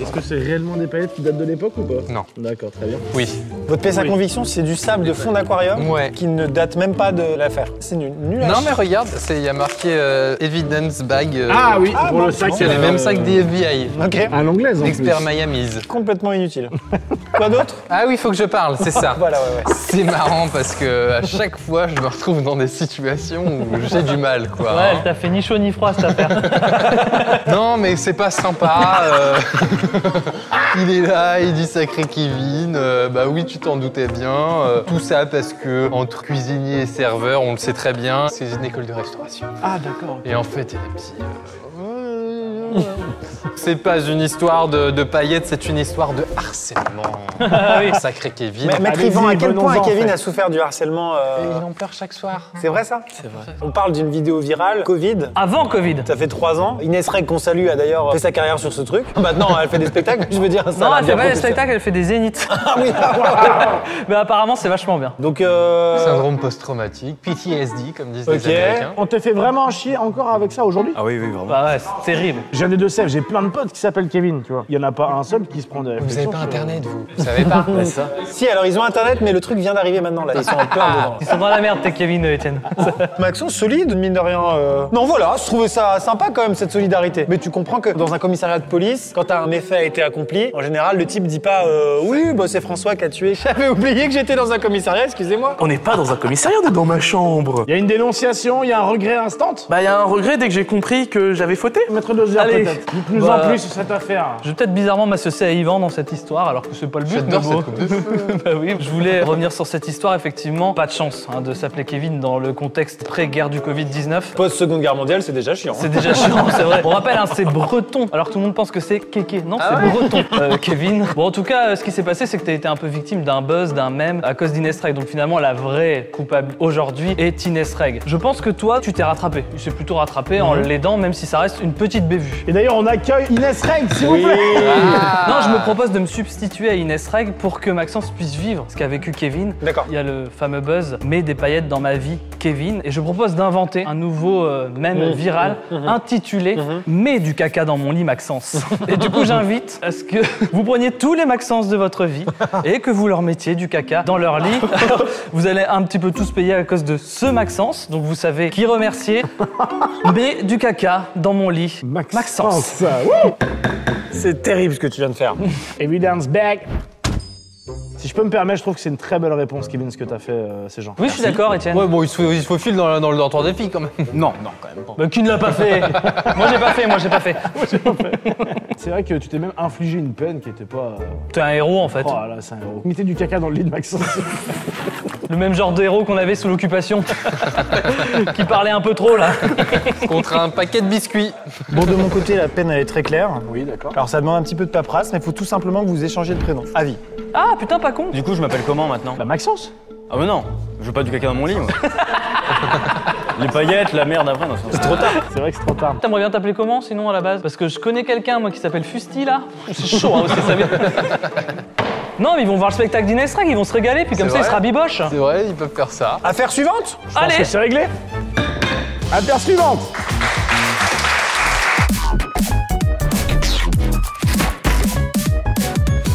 Speaker 7: Est-ce que c'est réellement des paillettes qui datent de l'époque ou pas
Speaker 6: Non.
Speaker 7: D'accord, très bien.
Speaker 6: Oui.
Speaker 2: Votre pièce à conviction, c'est du sable de fond d'aquarium qui ne date même pas de l'affaire. C'est nul. nul à
Speaker 6: Non,
Speaker 2: chier.
Speaker 6: mais Ah, regarde, c'est- il y a marqué euh, Evidence Bag. euh,
Speaker 2: Ah oui, Ah, pour bon, le sac,
Speaker 6: C'est
Speaker 2: euh,
Speaker 6: le même sac
Speaker 1: Ah.
Speaker 6: des FBI.
Speaker 2: Ok. À l'anglaise, en
Speaker 6: Expert
Speaker 2: plus.
Speaker 6: Miami's.
Speaker 2: Complètement inutile. Quoi d'autre
Speaker 6: Ah oui, il faut que je parle, c'est ça.
Speaker 2: Voilà, ouais, ouais.
Speaker 6: C'est marrant parce que à chaque fois, je me retrouve dans des situations où j'ai du mal, quoi. hein.
Speaker 1: Ouais, elle t'a fait ni chaud ni froid cette affaire.
Speaker 6: Non, mais c'est pas sympa. euh. il est là, il dit sacré Kevin. euh, bah oui, tu t'en doutais bien. euh, tout ça parce que entre cuisinier et serveur, on le sait très bien, c'est une école de restauration.
Speaker 7: Ah, d'accord.
Speaker 6: Et en fait, il y a des petits. euh, C'est pas une histoire de, de paillettes, c'est une histoire de harcèlement.
Speaker 2: Ah oui.
Speaker 6: Sacré Kevin.
Speaker 2: Mais, Maître Yvan, à quel point Kevin a souffert du harcèlement Il
Speaker 6: en pleure chaque soir.
Speaker 2: C'est vrai ça C'est vrai. On parle d'une vidéo virale, Covid.
Speaker 1: Avant Covid
Speaker 2: Ça fait trois ans. Inès Reg, qu'on salue, a d'ailleurs fait sa carrière sur ce truc. Maintenant, elle fait des spectacles, je veux dire. Ça
Speaker 1: non,
Speaker 2: l'a
Speaker 1: elle
Speaker 2: bien
Speaker 1: fait pas des
Speaker 2: propulsé.
Speaker 1: spectacles, elle fait des zéniths.
Speaker 2: Ah oui
Speaker 1: Mais apparemment, c'est vachement bien.
Speaker 2: Donc, euh...
Speaker 6: Syndrome post-traumatique, PTSD, comme disent les Américains.
Speaker 7: On te fait vraiment chier encore avec ça aujourd'hui
Speaker 12: Ah oui, oui, vraiment.
Speaker 1: Bah ouais, c'est terrible.
Speaker 7: Je viens des Deux-Sèvres, j'ai plein de potes qui s'appellent Kevin, tu vois. Il y en a pas un seul qui se prend des
Speaker 6: Vous avez
Speaker 7: réflexions
Speaker 6: pas
Speaker 7: sur-
Speaker 6: internet, vous
Speaker 2: Vous savez pas
Speaker 7: Ouais, ça.
Speaker 2: Si, alors ils ont internet, mais le truc vient d'arriver maintenant là. Ils sont en plein dedans.
Speaker 1: Ils sont dans la merde, tes Kevin, euh, Étienne.
Speaker 2: Maxon, solide, mine de rien. euh. Non, voilà, je trouvais ça sympa quand même, cette solidarité. Mais tu comprends que dans un commissariat de police, quand un méfait a été accompli, en général, le type dit pas euh, Oui, bah, c'est François qui a tué. J'avais oublié que j'étais dans un commissariat, excusez-moi.
Speaker 13: On n'est pas dans un commissariat, on est dans ma chambre.
Speaker 7: Il y a une dénonciation, il y a un regret instant
Speaker 13: Bah, il y a un regret dès que j'ai compris que j'avais fauté.
Speaker 7: Maître Dozer,
Speaker 1: Allez.
Speaker 7: peut-être. Dites-nous
Speaker 1: Bah.
Speaker 7: en plus sur cette affaire.
Speaker 1: Je vais peut-être bizarrement m'associer à Yvan dans cette histoire, alors que c'est pas le but.
Speaker 7: J'adore
Speaker 1: mais bon.
Speaker 7: cette coupe de cheveux.
Speaker 1: Bah oui, je voulais revenir sur cette histoire, effectivement. Pas de chance hein, de s'appeler Kevin dans le contexte pré-guerre du Covid-19.
Speaker 2: Post-seconde guerre mondiale, c'est déjà chiant. hein.
Speaker 1: C'est déjà chiant, c'est vrai. On rappelle, hein, c'est breton. Alors que tout le monde pense que c'est kéké. Non, c'est breton, euh, Kevin. Bon, en tout cas, euh, ce qui s'est passé, c'est que t'as été un peu victime d'un buzz, d'un mème à cause d'Inès Reg. Donc finalement, la vraie coupable aujourd'hui est Inès Reg. Je pense que toi, tu t'es rattrapé. Tu s'est plutôt rattrapé en
Speaker 7: Mhm.
Speaker 1: l'aidant, même si ça reste une petite bévue.
Speaker 7: Et d'ailleurs, on accueille Inès Reg, s'il
Speaker 1: Oui.
Speaker 7: vous plaît.
Speaker 1: Non,
Speaker 6: Ah.
Speaker 1: je me propose de me substituer à Inès Reg pour que Maxence puisse vivre ce qu'a vécu Kevin. D'accord. Il y a le fameux buzz, mets des paillettes dans ma vie, Kevin. Et je propose d'inventer un nouveau euh, mème
Speaker 6: Mmh.
Speaker 13: Mhm.
Speaker 1: viral
Speaker 13: Mhm.
Speaker 1: intitulé Mets du caca dans mon lit, Maxence. et du coup, j'invite à ce que vous preniez tous les Maxence de votre vie et que vous leur mettiez du caca dans leur lit. Alors, vous allez un petit peu tous payer à cause de ce Maxence. Donc vous savez qui remercier. Mets du caca dans mon lit, Maxence.
Speaker 2: C'est terrible ce que tu viens de faire.
Speaker 7: Evidence back. Si je peux me permettre, je trouve que c'est une très belle réponse, Kevin, ce que t'as fait, euh, ces gens.
Speaker 1: Oui, je suis d'accord, Étienne.
Speaker 6: Ouais, bon, il se, faut- il se faufile dans, la- dans le dans le temps des filles quand même.
Speaker 2: Non, non, quand même pas.
Speaker 1: Bah, qui ne l'a pas fait Moi, j'ai pas fait, moi, j'ai pas fait.
Speaker 7: C'est vrai que tu t'es même infligé une peine qui était pas. euh,
Speaker 1: T'es un héros, en fait.
Speaker 7: Oh là, c'est un héros. Mettez du caca dans le lit de Maxence.
Speaker 1: Le même genre de héros qu'on avait sous l'occupation. qui parlait un peu trop, là.
Speaker 6: Contre un paquet de biscuits.
Speaker 2: Bon, de mon côté, la peine, elle est très claire. Oui, d'accord. Alors, ça demande un petit peu de paperasse, mais il faut tout simplement que vous échangez de prénom. Avis.
Speaker 1: Ah, putain, pas con
Speaker 14: Du coup, je m'appelle comment maintenant Bah
Speaker 7: Maxence.
Speaker 14: Ah mais non, je veux pas du caca dans mon lit. moi. Les paillettes, la merde après. C'est trop tard.
Speaker 7: C'est vrai que c'est trop tard.
Speaker 1: T'aimerais bien t'appeler comment, sinon, à la base Parce que je connais quelqu'un, moi, qui s'appelle Fusti, là. C'est chaud, hein, aussi, ça vient. Non, mais ils vont voir le spectacle d'Inès Reg, ils vont se régaler, puis comme ça, ils se rabibochent.
Speaker 6: C'est vrai, ils peuvent faire ça.
Speaker 2: Affaire suivante
Speaker 6: Je pense
Speaker 1: Allez
Speaker 6: que c'est
Speaker 7: réglé. Affaire suivante.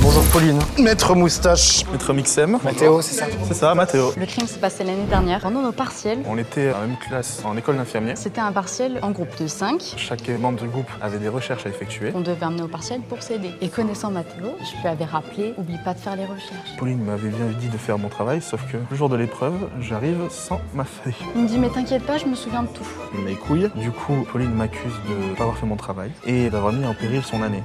Speaker 15: Bonjour Pauline. Maître Moustache. Maître Mixem.
Speaker 2: Mathéo, c'est ça
Speaker 15: C'est ça, Mathéo.
Speaker 16: Le crime s'est passé l'année dernière pendant nos partiels.
Speaker 15: On était dans la même classe en école d'infirmiers.
Speaker 16: C'était un partiel en groupe de 5
Speaker 15: Chaque membre du groupe avait des recherches à effectuer.
Speaker 16: qu'on devait amener au partiel pour s'aider. Et connaissant Mathéo, je lui avais rappelé oublie pas de faire les recherches.
Speaker 15: Pauline m'avait bien dit de faire mon travail, sauf que le jour de l'épreuve, j'arrive sans ma feuille.
Speaker 16: Il me dit mais t'inquiète pas, je me souviens de tout.
Speaker 15: Mes couilles. Du coup, Pauline m'accuse de ne pas avoir fait mon travail et d'avoir mis en péril son année.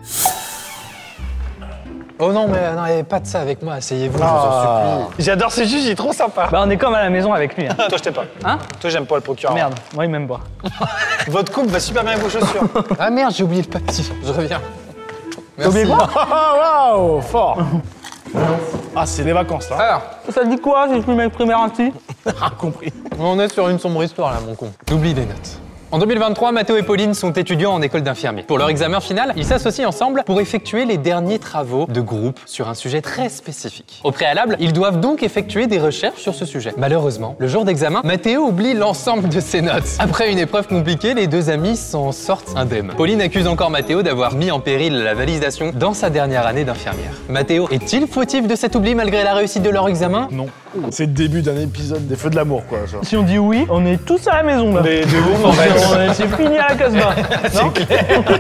Speaker 6: Oh non, mais non, et pas de ça avec moi, asseyez-vous, je vous en
Speaker 2: Ah.
Speaker 6: supplie.
Speaker 2: J'adore ce juge, il est trop sympa.
Speaker 1: Bah, on est comme à la maison avec lui. hein.
Speaker 2: Toi, je t'aime pas.
Speaker 1: Hein
Speaker 2: Toi, j'aime pas le procureur.
Speaker 1: Merde, moi, il m'aime pas.
Speaker 2: Votre coupe va super bien avec vos chaussures.
Speaker 6: Ah merde, j'ai oublié le papier, je reviens.
Speaker 7: T'as oublié
Speaker 6: Merci.
Speaker 7: quoi Waouh, fort. Ah, c'est des vacances, là.
Speaker 6: Alors,
Speaker 1: Ça dit quoi si je m'exprime ainsi
Speaker 6: compris. On est sur une sombre histoire là, mon con. J'oublie des notes. En 2023, Mathéo et Pauline sont étudiants en école d'infirmier. Pour leur examen final, ils s'associent ensemble pour effectuer les derniers travaux de groupe sur un sujet très spécifique. Au préalable, ils doivent donc effectuer des recherches sur ce sujet. Malheureusement, le jour d'examen, Mathéo oublie l'ensemble de ses notes. Après une épreuve compliquée, les deux amis s'en sortent indemnes. Pauline accuse encore Mathéo d'avoir mis en péril la validation dans sa dernière année d'infirmière. Mathéo est-il fautif de cet oubli malgré la réussite de leur examen
Speaker 7: Non. C'est le début d'un épisode des Feux de l'amour, quoi. ça.
Speaker 1: Si on dit oui, on est tous à la maison, là.
Speaker 7: Des- des ouf, en fait.
Speaker 1: On est- C'est fini à la Casbah. Non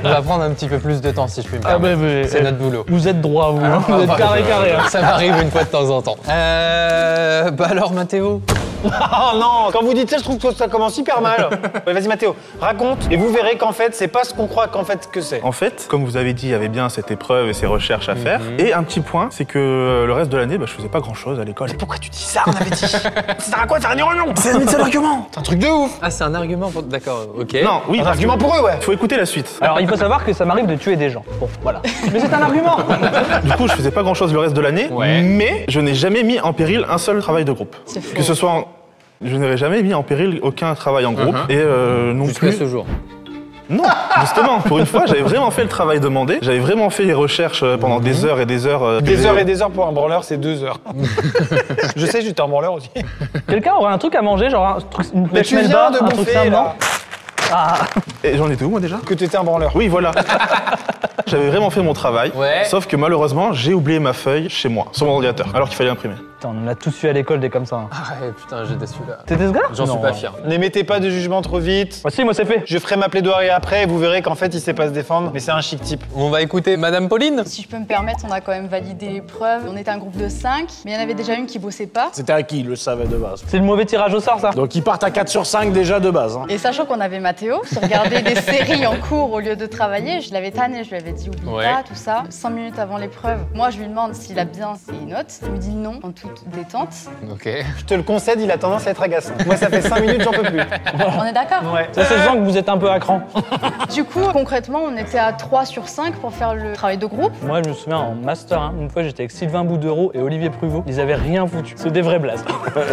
Speaker 6: On va prendre un petit peu plus de temps si je puis me
Speaker 1: Ah
Speaker 6: permettre.
Speaker 1: bah, bah,
Speaker 6: c'est
Speaker 1: euh,
Speaker 6: notre boulot.
Speaker 1: Vous êtes droit, vous. hein. Vous
Speaker 6: Ah
Speaker 1: êtes
Speaker 6: bah,
Speaker 1: carré, carré. hein.
Speaker 6: Ça m'arrive une fois de temps en temps. Euh. Bah alors, Mathéo
Speaker 2: Oh non Quand vous dites ça, je trouve que ça commence hyper mal. Ouais, Vas-y, Mathéo, raconte et vous verrez qu'en fait, c'est pas ce qu'on croit qu'en fait que c'est.
Speaker 15: En fait, comme vous avez dit, il y avait bien cette épreuve et ces recherches à
Speaker 6: Mhm.
Speaker 15: faire. Et un petit point, c'est que euh, le reste de l'année, bah, je faisais pas grand chose à l'école. Pourquoi tu dis ça
Speaker 2: on avait dit. Ça sert à quoi de faire une réunion
Speaker 6: C'est un truc de ouf Ah, c'est un argument pour. D'accord, ok.
Speaker 15: Non, oui. parce que- Faut écouter la suite.
Speaker 1: Alors, il faut savoir que ça m'arrive de tuer des gens. Bon, voilà. Mais c'est un argument
Speaker 15: Du coup, je faisais pas grand chose le reste de l'année, mais je n'ai jamais mis en péril un seul travail de groupe.
Speaker 1: faux.
Speaker 15: Que ce soit en- Je n'aurais jamais mis en péril aucun travail en groupe.
Speaker 2: Uh-huh.
Speaker 6: Mhm.
Speaker 15: Et euh, non
Speaker 6: Jusqu'à
Speaker 15: plus.
Speaker 6: ce jour.
Speaker 15: Non, justement, pour une fois, j'avais vraiment fait le travail demandé. J'avais vraiment fait les recherches euh, pendant des heures et des heures. euh,
Speaker 2: Mhm. Des
Speaker 15: que-
Speaker 2: heures et des heures pour un branleur, c'est deux heures. je sais, j'étais un branleur aussi.
Speaker 1: Quelqu'un aurait un truc à manger, genre un truc, une
Speaker 2: Mais tu
Speaker 1: pêche
Speaker 2: viens
Speaker 1: melba,
Speaker 2: de
Speaker 1: un truc
Speaker 2: bouffer,
Speaker 1: simple,
Speaker 2: là.
Speaker 1: non
Speaker 15: Et j'en étais où moi déjà Que tu étais un branleur. Ah Oui, voilà. J'avais vraiment fait mon travail. Sauf que malheureusement, j'ai oublié ma feuille chez moi, sur mon ordinateur, alors qu'il fallait imprimer.
Speaker 1: Putain, on en a tous eu à l'école des comme ça. hein.
Speaker 6: Ah Ouais, putain, j'étais celui-là.
Speaker 1: T'étais ce gars Ah
Speaker 6: J'en suis pas fier.
Speaker 2: N'émettez pas de jugement trop vite.
Speaker 1: si, moi c'est fait.
Speaker 2: Je ferai ma plaidoirie après et vous verrez qu'en fait il sait pas se défendre, mais c'est un chic type.
Speaker 6: On va écouter Madame Pauline.
Speaker 16: Si je peux me permettre, on a quand même validé les preuves. On était un groupe de 5, mais il y en avait déjà une qui bossait pas.
Speaker 7: C'était acquis, il le savait de base.
Speaker 1: C'est le mauvais tirage au sort, ça.
Speaker 7: Donc ils partent à 4 sur 5 déjà de base. hein.
Speaker 16: Et sachant qu'on avait Mathéo, qui regardait des séries en cours au lieu de travailler, je l'avais tanné, je lui avais dit oublie
Speaker 7: Ouais.
Speaker 16: pas, tout ça. Cinq minutes avant l'épreuve, moi je lui demande s'il a bien ses notes. Il me dit non, en toute détente.
Speaker 6: Ok.
Speaker 2: Je te le concède, il a tendance à être agaçant. Moi ça fait 5 minutes, j'en peux plus.
Speaker 16: On est d'accord
Speaker 1: Ouais. Ça se sent que vous êtes un peu à cran.
Speaker 16: Du coup, concrètement, on était à 3 sur 5 pour faire le travail de groupe.
Speaker 1: Moi, je me souviens en master, hein, une fois j'étais avec Sylvain Boudereau et Olivier Pruvot. Ils avaient rien foutu. C'est des vrais blazes.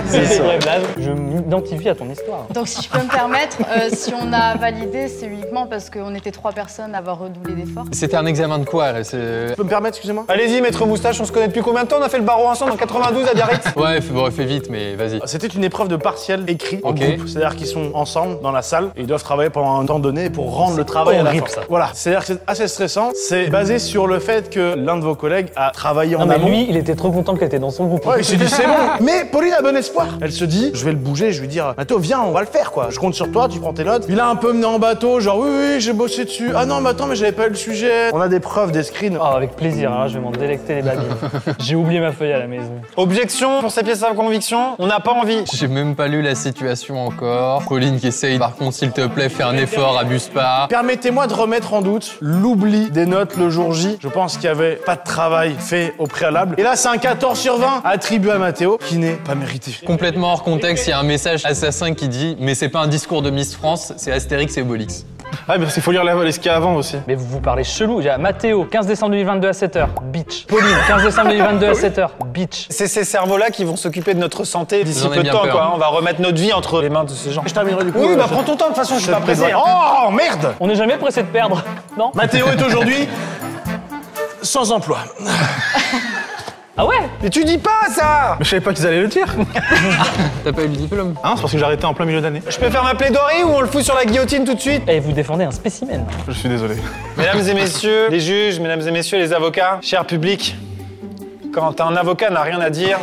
Speaker 1: C'est des vrais blazes. Je m'identifie à ton histoire.
Speaker 16: Donc si je peux me permettre, euh, si on a validé, c'est uniquement parce qu'on était trois personnes à avoir redoublé d'efforts.
Speaker 6: C'était un examen de quoi là C'est-
Speaker 2: peux me permettre, excusez-moi Allez-y, maître Moustache, on se connaît depuis combien de temps On a fait le barreau ensemble en 92 à Biarritz
Speaker 6: Ouais, fais, bon, fais vite, mais vas-y.
Speaker 7: C'était une épreuve de partiel écrit en
Speaker 6: Ok.
Speaker 7: groupe. C'est-à-dire qu'ils sont ensemble dans la salle et ils doivent travailler pendant un temps donné pour rendre le travail à la
Speaker 1: horrible,
Speaker 7: fin.
Speaker 1: ça.
Speaker 7: Voilà. C'est-à-dire que c'est assez stressant. C'est basé sur le fait que l'un de vos collègues a travaillé
Speaker 2: Ah,
Speaker 1: Non,
Speaker 7: en
Speaker 2: bah,
Speaker 1: mais
Speaker 7: amont.
Speaker 1: lui, il était trop content que t'étais dans son groupe.
Speaker 7: Ouais, il s'est dit c'est bon. Mais Pauline a bon espoir. Elle se dit, je vais le bouger, je vais lui dire, Matteo, viens, on va le faire quoi. Je compte sur toi, tu prends tes notes. Il a un peu mené en bateau, genre oui, oui, j'ai bossé dessus. Ah non, mais attends, mais j'avais pas eu le sujet. On a des preuves, des screens.
Speaker 1: Ah, avec plaisir, hein, je vais m'en délecter les babines. J'ai oublié ma feuille à la maison.
Speaker 2: Objection pour ces pièces à conviction, on n'a pas envie.
Speaker 6: J'ai même pas lu la situation encore. Pauline qui essaye, par contre, s'il te plaît, fais un effort, abuse pas.
Speaker 7: Permettez-moi de remettre en doute l'oubli des notes le jour J. Je pense qu'il n'y avait pas de travail fait au préalable. Et là, c'est un 14 sur 20 attribué à Mathéo qui n'est pas mérité.
Speaker 6: Complètement hors contexte, il y a un message assassin qui dit Mais c'est pas un discours de Miss France, c'est Astérix et Obélix.
Speaker 15: Ah, mais il faut lire la- ce qu'il y a avant aussi.
Speaker 1: Mais vous vous parlez chelou. J'ai Mathéo, 15 décembre 2022 à 7h. Bitch. Pauline, 15 décembre 2022 à 7h. Bitch.
Speaker 2: C'est ces cerveaux-là qui vont s'occuper de notre santé d'ici
Speaker 1: J'en ai
Speaker 2: peu de
Speaker 1: bien
Speaker 2: temps,
Speaker 1: peur.
Speaker 2: quoi. hein. On va remettre notre vie entre les mains de ces gens.
Speaker 7: hein. Je terminerai du coup.
Speaker 2: Oui,
Speaker 7: euh,
Speaker 2: bah
Speaker 7: je-
Speaker 2: prends ton temps, de toute façon, je suis
Speaker 7: je
Speaker 2: pas
Speaker 7: te
Speaker 2: pressé. hein.
Speaker 7: présente. Oh merde
Speaker 1: On n'est jamais pressé de perdre, non
Speaker 7: Mathéo est aujourd'hui sans emploi.
Speaker 1: Ah ouais
Speaker 2: Mais tu dis pas ça
Speaker 15: Mais je savais pas qu'ils allaient le dire.
Speaker 6: T'as pas eu le diplôme
Speaker 15: Hein, c'est parce que j'ai arrêté en plein milieu d'année.
Speaker 2: Je peux faire ma plaidoirie ou on le fout sur la guillotine tout de suite
Speaker 1: Et vous défendez un spécimen.
Speaker 15: Je suis désolé.
Speaker 2: Mesdames et messieurs, les juges, mesdames et messieurs, les avocats, cher public, quand un avocat n'a rien à dire,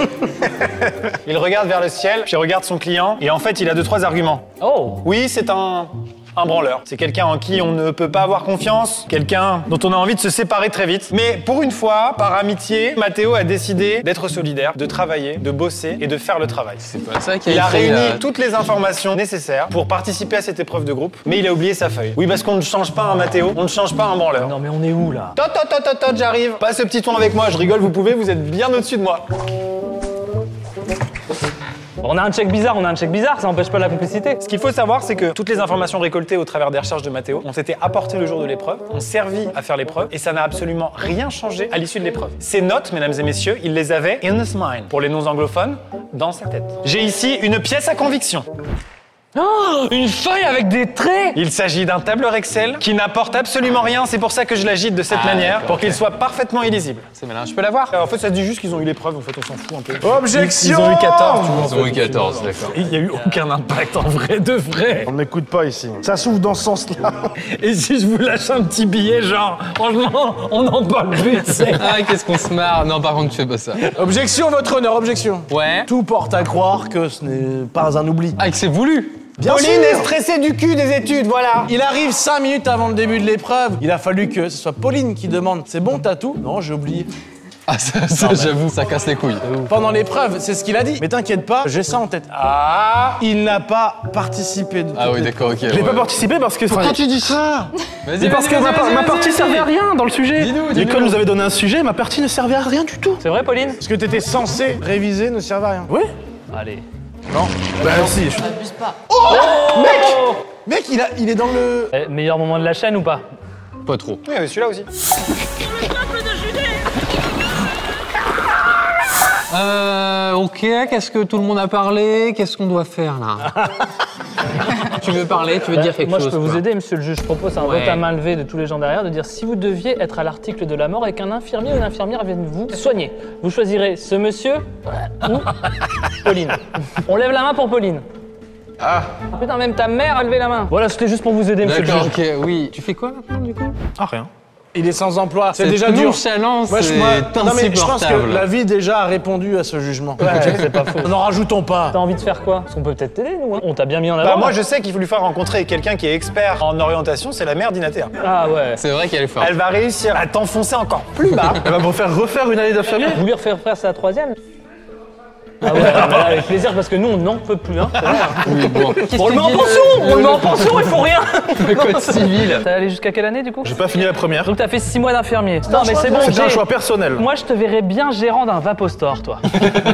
Speaker 2: il regarde vers le ciel, puis regarde son client, et en fait, il a deux, trois arguments.
Speaker 1: Oh
Speaker 2: Oui, c'est un. Un branleur. C'est quelqu'un en qui on ne peut pas avoir confiance, quelqu'un dont on a envie de se séparer très vite. Mais pour une fois, par amitié, Mathéo a décidé d'être solidaire, de travailler, de bosser et de faire le travail. C'est
Speaker 6: pas ça qui a
Speaker 2: Il a
Speaker 6: écrit,
Speaker 2: réuni
Speaker 6: euh,
Speaker 2: toutes les informations nécessaires pour participer à cette épreuve de groupe, mais il a oublié sa feuille. Oui, parce qu'on ne change pas un Mathéo, on ne change pas un branleur.
Speaker 1: Non, mais on est où là
Speaker 2: Tot, tot, tot, tot, tot, j'arrive. Passe ce petit tour avec moi, je rigole, vous pouvez, vous êtes bien au-dessus de moi.
Speaker 1: On a un check bizarre, on a un check bizarre, ça n'empêche pas la complicité.
Speaker 2: Ce qu'il faut savoir, c'est que toutes les informations récoltées au travers des recherches de Mathéo ont été apportées le jour de l'épreuve, ont servi à faire l'épreuve, et ça n'a absolument rien changé à l'issue de l'épreuve. Ces notes, mesdames et messieurs, il les avait in his mind, pour les non-anglophones, dans sa tête. J'ai ici une pièce à conviction.
Speaker 1: Oh, une feuille avec des traits
Speaker 2: Il s'agit d'un tableur Excel qui n'apporte absolument rien, c'est pour ça que je l'agite de cette
Speaker 6: Ah,
Speaker 2: manière,
Speaker 6: d'accord,
Speaker 2: pour qu'il
Speaker 6: ok.
Speaker 2: soit parfaitement illisible. Euh,
Speaker 6: C'est malin, je peux l'avoir
Speaker 2: En fait, ça se dit juste qu'ils ont eu l'épreuve, en fait, on s'en fout un peu.
Speaker 7: Objection
Speaker 2: Ils ont eu 14, tu vois.
Speaker 6: Ils ont eu 14, d'accord.
Speaker 7: Il n'y a eu aucun impact en vrai de vrai. On m'écoute pas ici. Ça s'ouvre dans ce sens-là.
Speaker 1: Et si je vous lâche un petit billet, genre, franchement, on en parle plus,
Speaker 6: Ah, qu'est-ce qu'on se marre Non, par contre, tu fais pas ça.
Speaker 17: Ah.
Speaker 7: Objection, votre honneur, objection.
Speaker 6: Ouais.
Speaker 7: Tout porte à croire que ce n'est pas un oubli.
Speaker 6: Ah, que c'est voulu
Speaker 7: Bien
Speaker 2: Pauline
Speaker 7: sûr.
Speaker 2: est stressée du cul des études,
Speaker 1: Ah,
Speaker 2: voilà.
Speaker 7: Il arrive 5 minutes avant le début de l'épreuve. Il a fallu que ce soit Pauline qui demande C'est bon, t'as tout Non, j'ai oublié.
Speaker 6: Ah, ça, ça, j'avoue, ça casse les
Speaker 17: Ah,
Speaker 6: couilles.
Speaker 7: Pendant l'épreuve, c'est ce qu'il a dit. Mais t'inquiète pas, j'ai ça en tête. Ah Il n'a pas participé. de
Speaker 6: Ah
Speaker 7: toute
Speaker 6: oui, d'accord, ok.
Speaker 15: J'ai
Speaker 6: ouais.
Speaker 15: pas participé parce que.
Speaker 7: Pourquoi tu dis ça
Speaker 6: Vas-y,
Speaker 15: Mais parce
Speaker 6: vas-y,
Speaker 15: que ma,
Speaker 6: vas-y,
Speaker 15: par- ma
Speaker 6: vas-y,
Speaker 15: partie
Speaker 6: vas-y.
Speaker 15: servait à rien dans le sujet.
Speaker 6: Dis-nous,
Speaker 15: L'école
Speaker 6: dis-nous.
Speaker 15: nous avait donné un sujet, ma partie ne servait à rien du tout.
Speaker 1: C'est vrai, Pauline
Speaker 7: Ce que t'étais censé réviser ne servait à rien. Oui
Speaker 1: Allez.
Speaker 7: Non Bah si. je-
Speaker 16: Abuse pas.
Speaker 7: Oh Mec Mec, il, a, il est dans le.
Speaker 1: Eh, meilleur moment de la chaîne ou pas
Speaker 6: Pas trop.
Speaker 2: Oui, mais celui-là aussi.
Speaker 6: Euh, ok, qu'est-ce que tout le monde a parlé Qu'est-ce qu'on doit faire là Tu veux parler Tu veux dire quelque
Speaker 1: Moi,
Speaker 6: chose
Speaker 1: je peux vous
Speaker 6: quoi
Speaker 1: aider, monsieur le juge. Je propose un
Speaker 6: Ouais.
Speaker 1: vote à main levée de tous les gens derrière de dire si vous deviez être à l'article de la mort et qu'un infirmier ou une infirmière vienne vous soigner, vous choisirez ce monsieur ou Pauline. On lève la main pour Pauline.
Speaker 10: Ah
Speaker 17: Putain, même ta mère a levé la main.
Speaker 1: Voilà, c'était juste pour vous aider, monsieur le
Speaker 10: D'accord,
Speaker 1: juge.
Speaker 10: ok, oui. Tu fais quoi maintenant du coup
Speaker 1: Ah, rien.
Speaker 17: Il est sans emploi,
Speaker 10: Cette
Speaker 17: c'est déjà dur.
Speaker 10: nonchalance
Speaker 17: Moi, je- moi-
Speaker 6: euh,
Speaker 10: est
Speaker 17: non, mais je pense que
Speaker 10: insupportable.
Speaker 17: la vie déjà a répondu à ce jugement.
Speaker 1: N'en rajoutons pas. T'as envie de faire quoi Parce qu'on peut peut-être t'aider, nous. hein. On t'a bien mis en avant.
Speaker 2: Bah, moi,
Speaker 1: là.
Speaker 2: je sais qu'il faut lui faire rencontrer quelqu'un qui est expert en orientation, c'est la mère d'Inatea.
Speaker 1: Ah ouais.
Speaker 10: C'est vrai qu'elle est forte.
Speaker 2: Elle va réussir à t'enfoncer encore plus bas.
Speaker 15: Elle va me faire refaire une année d'infirmier.
Speaker 1: Vous lui refaire faire sa troisième ah ouais, alors là, avec plaisir parce que nous on n'en peut plus. Hein, c'est vrai, hein. on le met en pension On le met en pension, il faut rien
Speaker 10: Le code civil.
Speaker 1: T'as allé jusqu'à quelle année du coup
Speaker 15: J'ai pas fini la première.
Speaker 1: Donc t'as fait 6 mois d'infirmier.
Speaker 15: C'est
Speaker 1: Non
Speaker 15: un
Speaker 1: mais
Speaker 15: choix-
Speaker 1: c'est bon.
Speaker 15: c'est un
Speaker 1: Jay.
Speaker 15: choix personnel.
Speaker 1: Moi je te verrais bien gérant d'un Vapostore toi.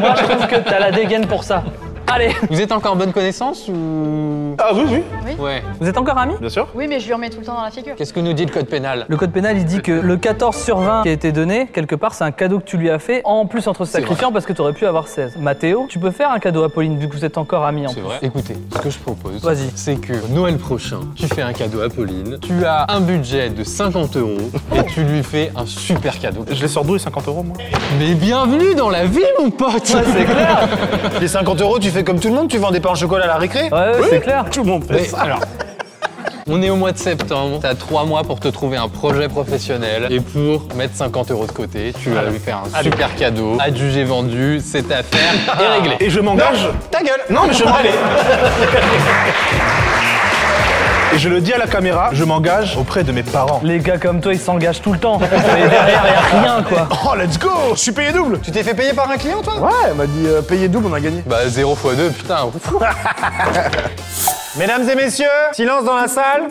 Speaker 1: Moi je trouve que t'as la dégaine pour ça. Allez
Speaker 10: Vous êtes encore en bonne connaissance ou.
Speaker 15: Ah oui, oui.
Speaker 16: Oui.
Speaker 10: Ouais.
Speaker 1: Vous êtes encore amis
Speaker 15: Bien sûr.
Speaker 16: Oui, mais je lui remets tout le temps dans la figure.
Speaker 10: Qu'est-ce que nous dit le code pénal
Speaker 1: Le code pénal il dit que le 14 sur 20 qui a été donné, quelque part c'est un cadeau que tu lui as fait, en plus entre sacrifiant parce que t'aurais pu avoir 16. Mathéo, tu peux faire un cadeau à Pauline vu que vous êtes encore amis en plus.
Speaker 10: Écoutez, ce que je propose,
Speaker 1: Vas-y.
Speaker 10: c'est que Noël prochain, tu fais un cadeau à Pauline, tu as un budget de 50 euros et tu lui fais un super cadeau.
Speaker 15: Je les sors d'où les 50 euros, moi
Speaker 10: Mais bienvenue dans la vie, mon pote
Speaker 2: c'est clair Les 50 euros, tu fais comme tout le monde, tu vends des pains au chocolat à la récré
Speaker 1: Ouais, c'est clair
Speaker 2: Tout le monde fait
Speaker 10: Mais
Speaker 2: ça.
Speaker 10: alors, on est au mois de septembre, t'as trois mois pour te trouver un projet professionnel et pour mettre 50 euros de côté, tu vas lui faire un
Speaker 15: Allez.
Speaker 10: super cadeau, adjugé vendu, cette affaire
Speaker 7: Ah.
Speaker 10: est réglée.
Speaker 15: Et je m'engage.
Speaker 2: Ta gueule
Speaker 15: Non, mais je m'engage. Et je le dis à la caméra, je m'engage auprès de mes parents.
Speaker 1: Les gars comme toi ils s'engagent tout le temps. Mais derrière y a rien quoi.
Speaker 2: Oh, let's go Je suis payé double Tu t'es fait payer par un client, toi
Speaker 7: Ouais, elle m'a dit euh, payer double, on a gagné.
Speaker 10: Bah 0 x 2, putain. ouf.
Speaker 2: Mesdames et messieurs, silence dans la salle.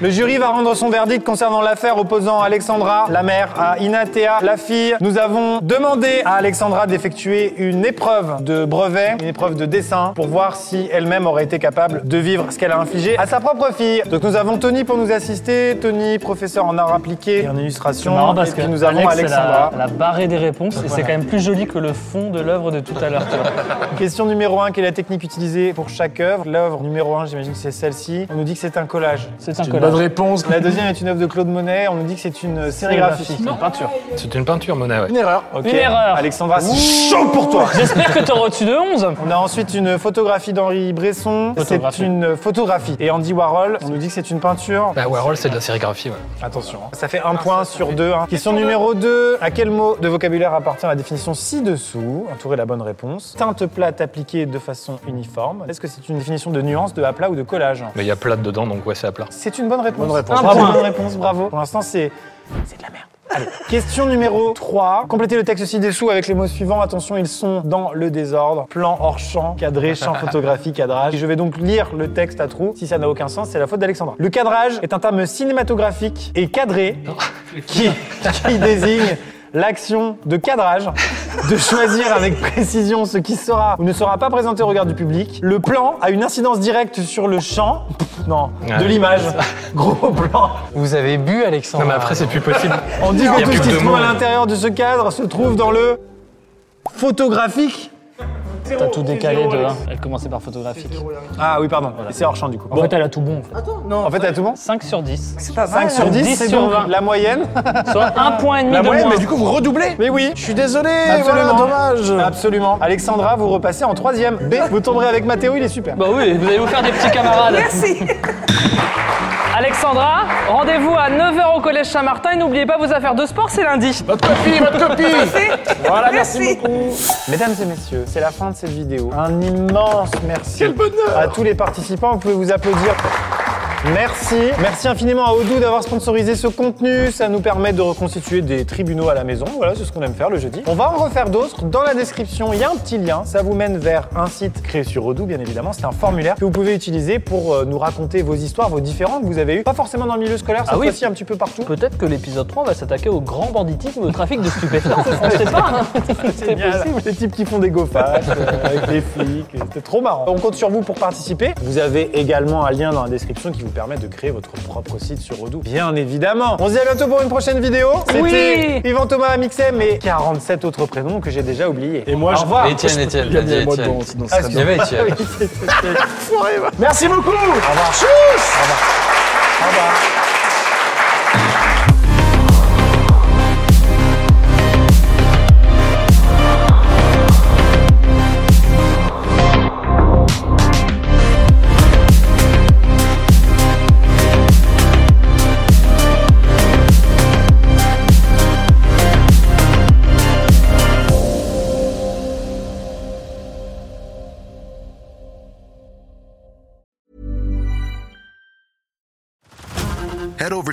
Speaker 2: Le jury va rendre son verdict concernant l'affaire opposant Alexandra, la mère, à Inatea, la fille. Nous avons demandé à Alexandra d'effectuer une épreuve de brevet, une épreuve de dessin, pour voir si elle-même aurait été capable de vivre ce qu'elle a infligé à sa propre fille. Donc nous avons Tony pour nous assister. Tony, professeur en arts appliqués et en
Speaker 1: C'est
Speaker 2: illustration.
Speaker 1: marrant parce
Speaker 2: et
Speaker 1: que
Speaker 2: puis nous avons
Speaker 1: Alex, elle a-
Speaker 2: Alexandra.
Speaker 1: elle a barré des réponses et c'est
Speaker 2: Voilà.
Speaker 1: quand même plus joli que le fond de l'œuvre de tout à l'heure. tu vois.
Speaker 2: Question numéro 1, quelle est la technique utilisée pour chaque œuvre L'œuvre numéro 1, j'imagine que c'est celle-ci. On nous dit que c'est un collage.
Speaker 1: C'est un une collage. bonne
Speaker 2: réponse. La deuxième est une œuvre de Claude Monet. On nous dit que c'est une sérigraphie.
Speaker 1: Une peinture.
Speaker 3: C'est une peinture, Monet, ouais.
Speaker 2: Une erreur. Ok.
Speaker 1: Une erreur.
Speaker 2: Alexandra, c'est
Speaker 1: Ouh.
Speaker 2: chaud pour toi.
Speaker 1: J'espère que t'auras au-dessus de 11.
Speaker 2: On a ensuite une photographie d'Henri Bresson. C'est
Speaker 3: Photographie.
Speaker 2: une photographie. Et Andy Warhol, on nous dit que c'est une peinture.
Speaker 3: Bah, Warhol, c'est de la sérigraphie, ouais.
Speaker 2: Attention. hein. Ça fait un point sur deux. hein. Question numéro 2. À quel mot de vocabulaire appartient la définition ci-dessous Entourez la bonne réponse. Teinte plate appliquée de façon uniforme. Est-ce que c'est une définition de nuance, de à plat ou de collage
Speaker 3: Mais il y a plat dedans, donc ouais, c'est à plat.
Speaker 2: C'est une bonne réponse.
Speaker 3: Bonne réponse. Un
Speaker 2: Bravo,
Speaker 3: point.
Speaker 2: bonne réponse, bravo. Pour l'instant, c'est c'est de la merde. Allez. Question numéro 3. Complétez le texte ci-dessous avec les mots suivants. Attention, ils sont dans le désordre. Plan hors champ, cadré, champ photographique, cadrage. Je vais donc lire le texte à trous. Si ça n'a aucun sens, c'est la faute d'Alexandra. Le cadrage est un terme cinématographique et cadré qui, qui désigne l'action de cadrage, de choisir avec précision ce qui sera ou ne sera pas présenté au regard du public. Le plan a une incidence directe sur le champ, Pff, non, de
Speaker 3: Ouais.
Speaker 2: l'image. Gros plan.
Speaker 10: Ah Vous avez bu, Alexandre
Speaker 3: Non, mais après, c'est plus possible.
Speaker 2: On dit
Speaker 3: Il y a
Speaker 2: que tout
Speaker 3: plus
Speaker 2: ce qui
Speaker 3: de
Speaker 2: se
Speaker 3: mots.
Speaker 2: trouve à l'intérieur de ce cadre se trouve dans le photographique.
Speaker 1: T'as tout décalé de 1. Elle commençait par photographique.
Speaker 2: Ah oui, pardon, c'est hors champ du coup.
Speaker 1: En fait, elle a tout bon. En fait,
Speaker 2: En fait, t'as tout bon
Speaker 1: 5 sur 10. C'est
Speaker 2: pas 5 sur 10, c'est donc la moyenne.
Speaker 1: Soit un point et demi
Speaker 2: La
Speaker 1: de
Speaker 2: moyenne,
Speaker 1: moins.
Speaker 2: mais du coup, vous redoublez Mais oui.
Speaker 7: Je suis désolé,
Speaker 2: Absolument.
Speaker 7: voilà, dommage.
Speaker 2: Absolument. Alexandra, vous repassez en troisième. B, vous tomberez avec Mathéo, il est super.
Speaker 1: Bah oui, vous allez vous faire des petits camarades. Merci. Alexandra, rendez-vous à 9h au collège Saint-Martin et n'oubliez pas vos affaires de sport, c'est lundi.
Speaker 7: Votre copie, votre copie
Speaker 2: Voilà, merci, beaucoup. Mesdames et messieurs, c'est la fin de cette vidéo. Un immense merci à tous les participants. Vous pouvez vous applaudir. Merci. Merci infiniment à Odoo d'avoir sponsorisé ce contenu. Ça nous permet de reconstituer des tribunaux à la maison. Voilà, c'est ce qu'on aime faire le jeudi. On va en refaire d'autres. Dans la description, il y a un petit lien. Ça vous mène vers un site créé sur Odoo, bien évidemment. C'est un formulaire que vous pouvez utiliser pour euh, nous raconter vos histoires, vos différends que vous avez eus. Pas forcément dans le milieu scolaire, cette
Speaker 1: Ah oui.
Speaker 2: fois-ci un petit peu partout.
Speaker 1: Peut-être que l'épisode 3 va s'attaquer au grand banditisme et au trafic de stupéfiants. On sait pas. hein. C'est
Speaker 2: Génial.
Speaker 1: possible.
Speaker 2: Les types qui font des gauffages euh, avec les flics, c'était trop marrant. On compte sur vous pour participer. Vous avez également un lien dans la description qui vous permet de créer votre propre site sur Odoo. Bien évidemment. On se dit à bientôt pour une prochaine vidéo. C'était Yvan Thomas Mixem et 47 autres prénoms que j'ai déjà oubliés. Et
Speaker 7: moi,
Speaker 2: au
Speaker 7: je-
Speaker 2: revoir.
Speaker 10: Étienne, Étienne,
Speaker 7: Il y
Speaker 10: t'as
Speaker 7: avait
Speaker 10: dit
Speaker 7: moi
Speaker 10: Étienne.
Speaker 7: dedans, sinon ça
Speaker 2: Ah,
Speaker 7: serait
Speaker 10: Il y avait Étienne.
Speaker 2: oui, c'est- c'est- c'est-
Speaker 7: Foiré, va.
Speaker 2: Merci beaucoup. Au revoir. Au revoir. Au revoir.
Speaker 18: Head over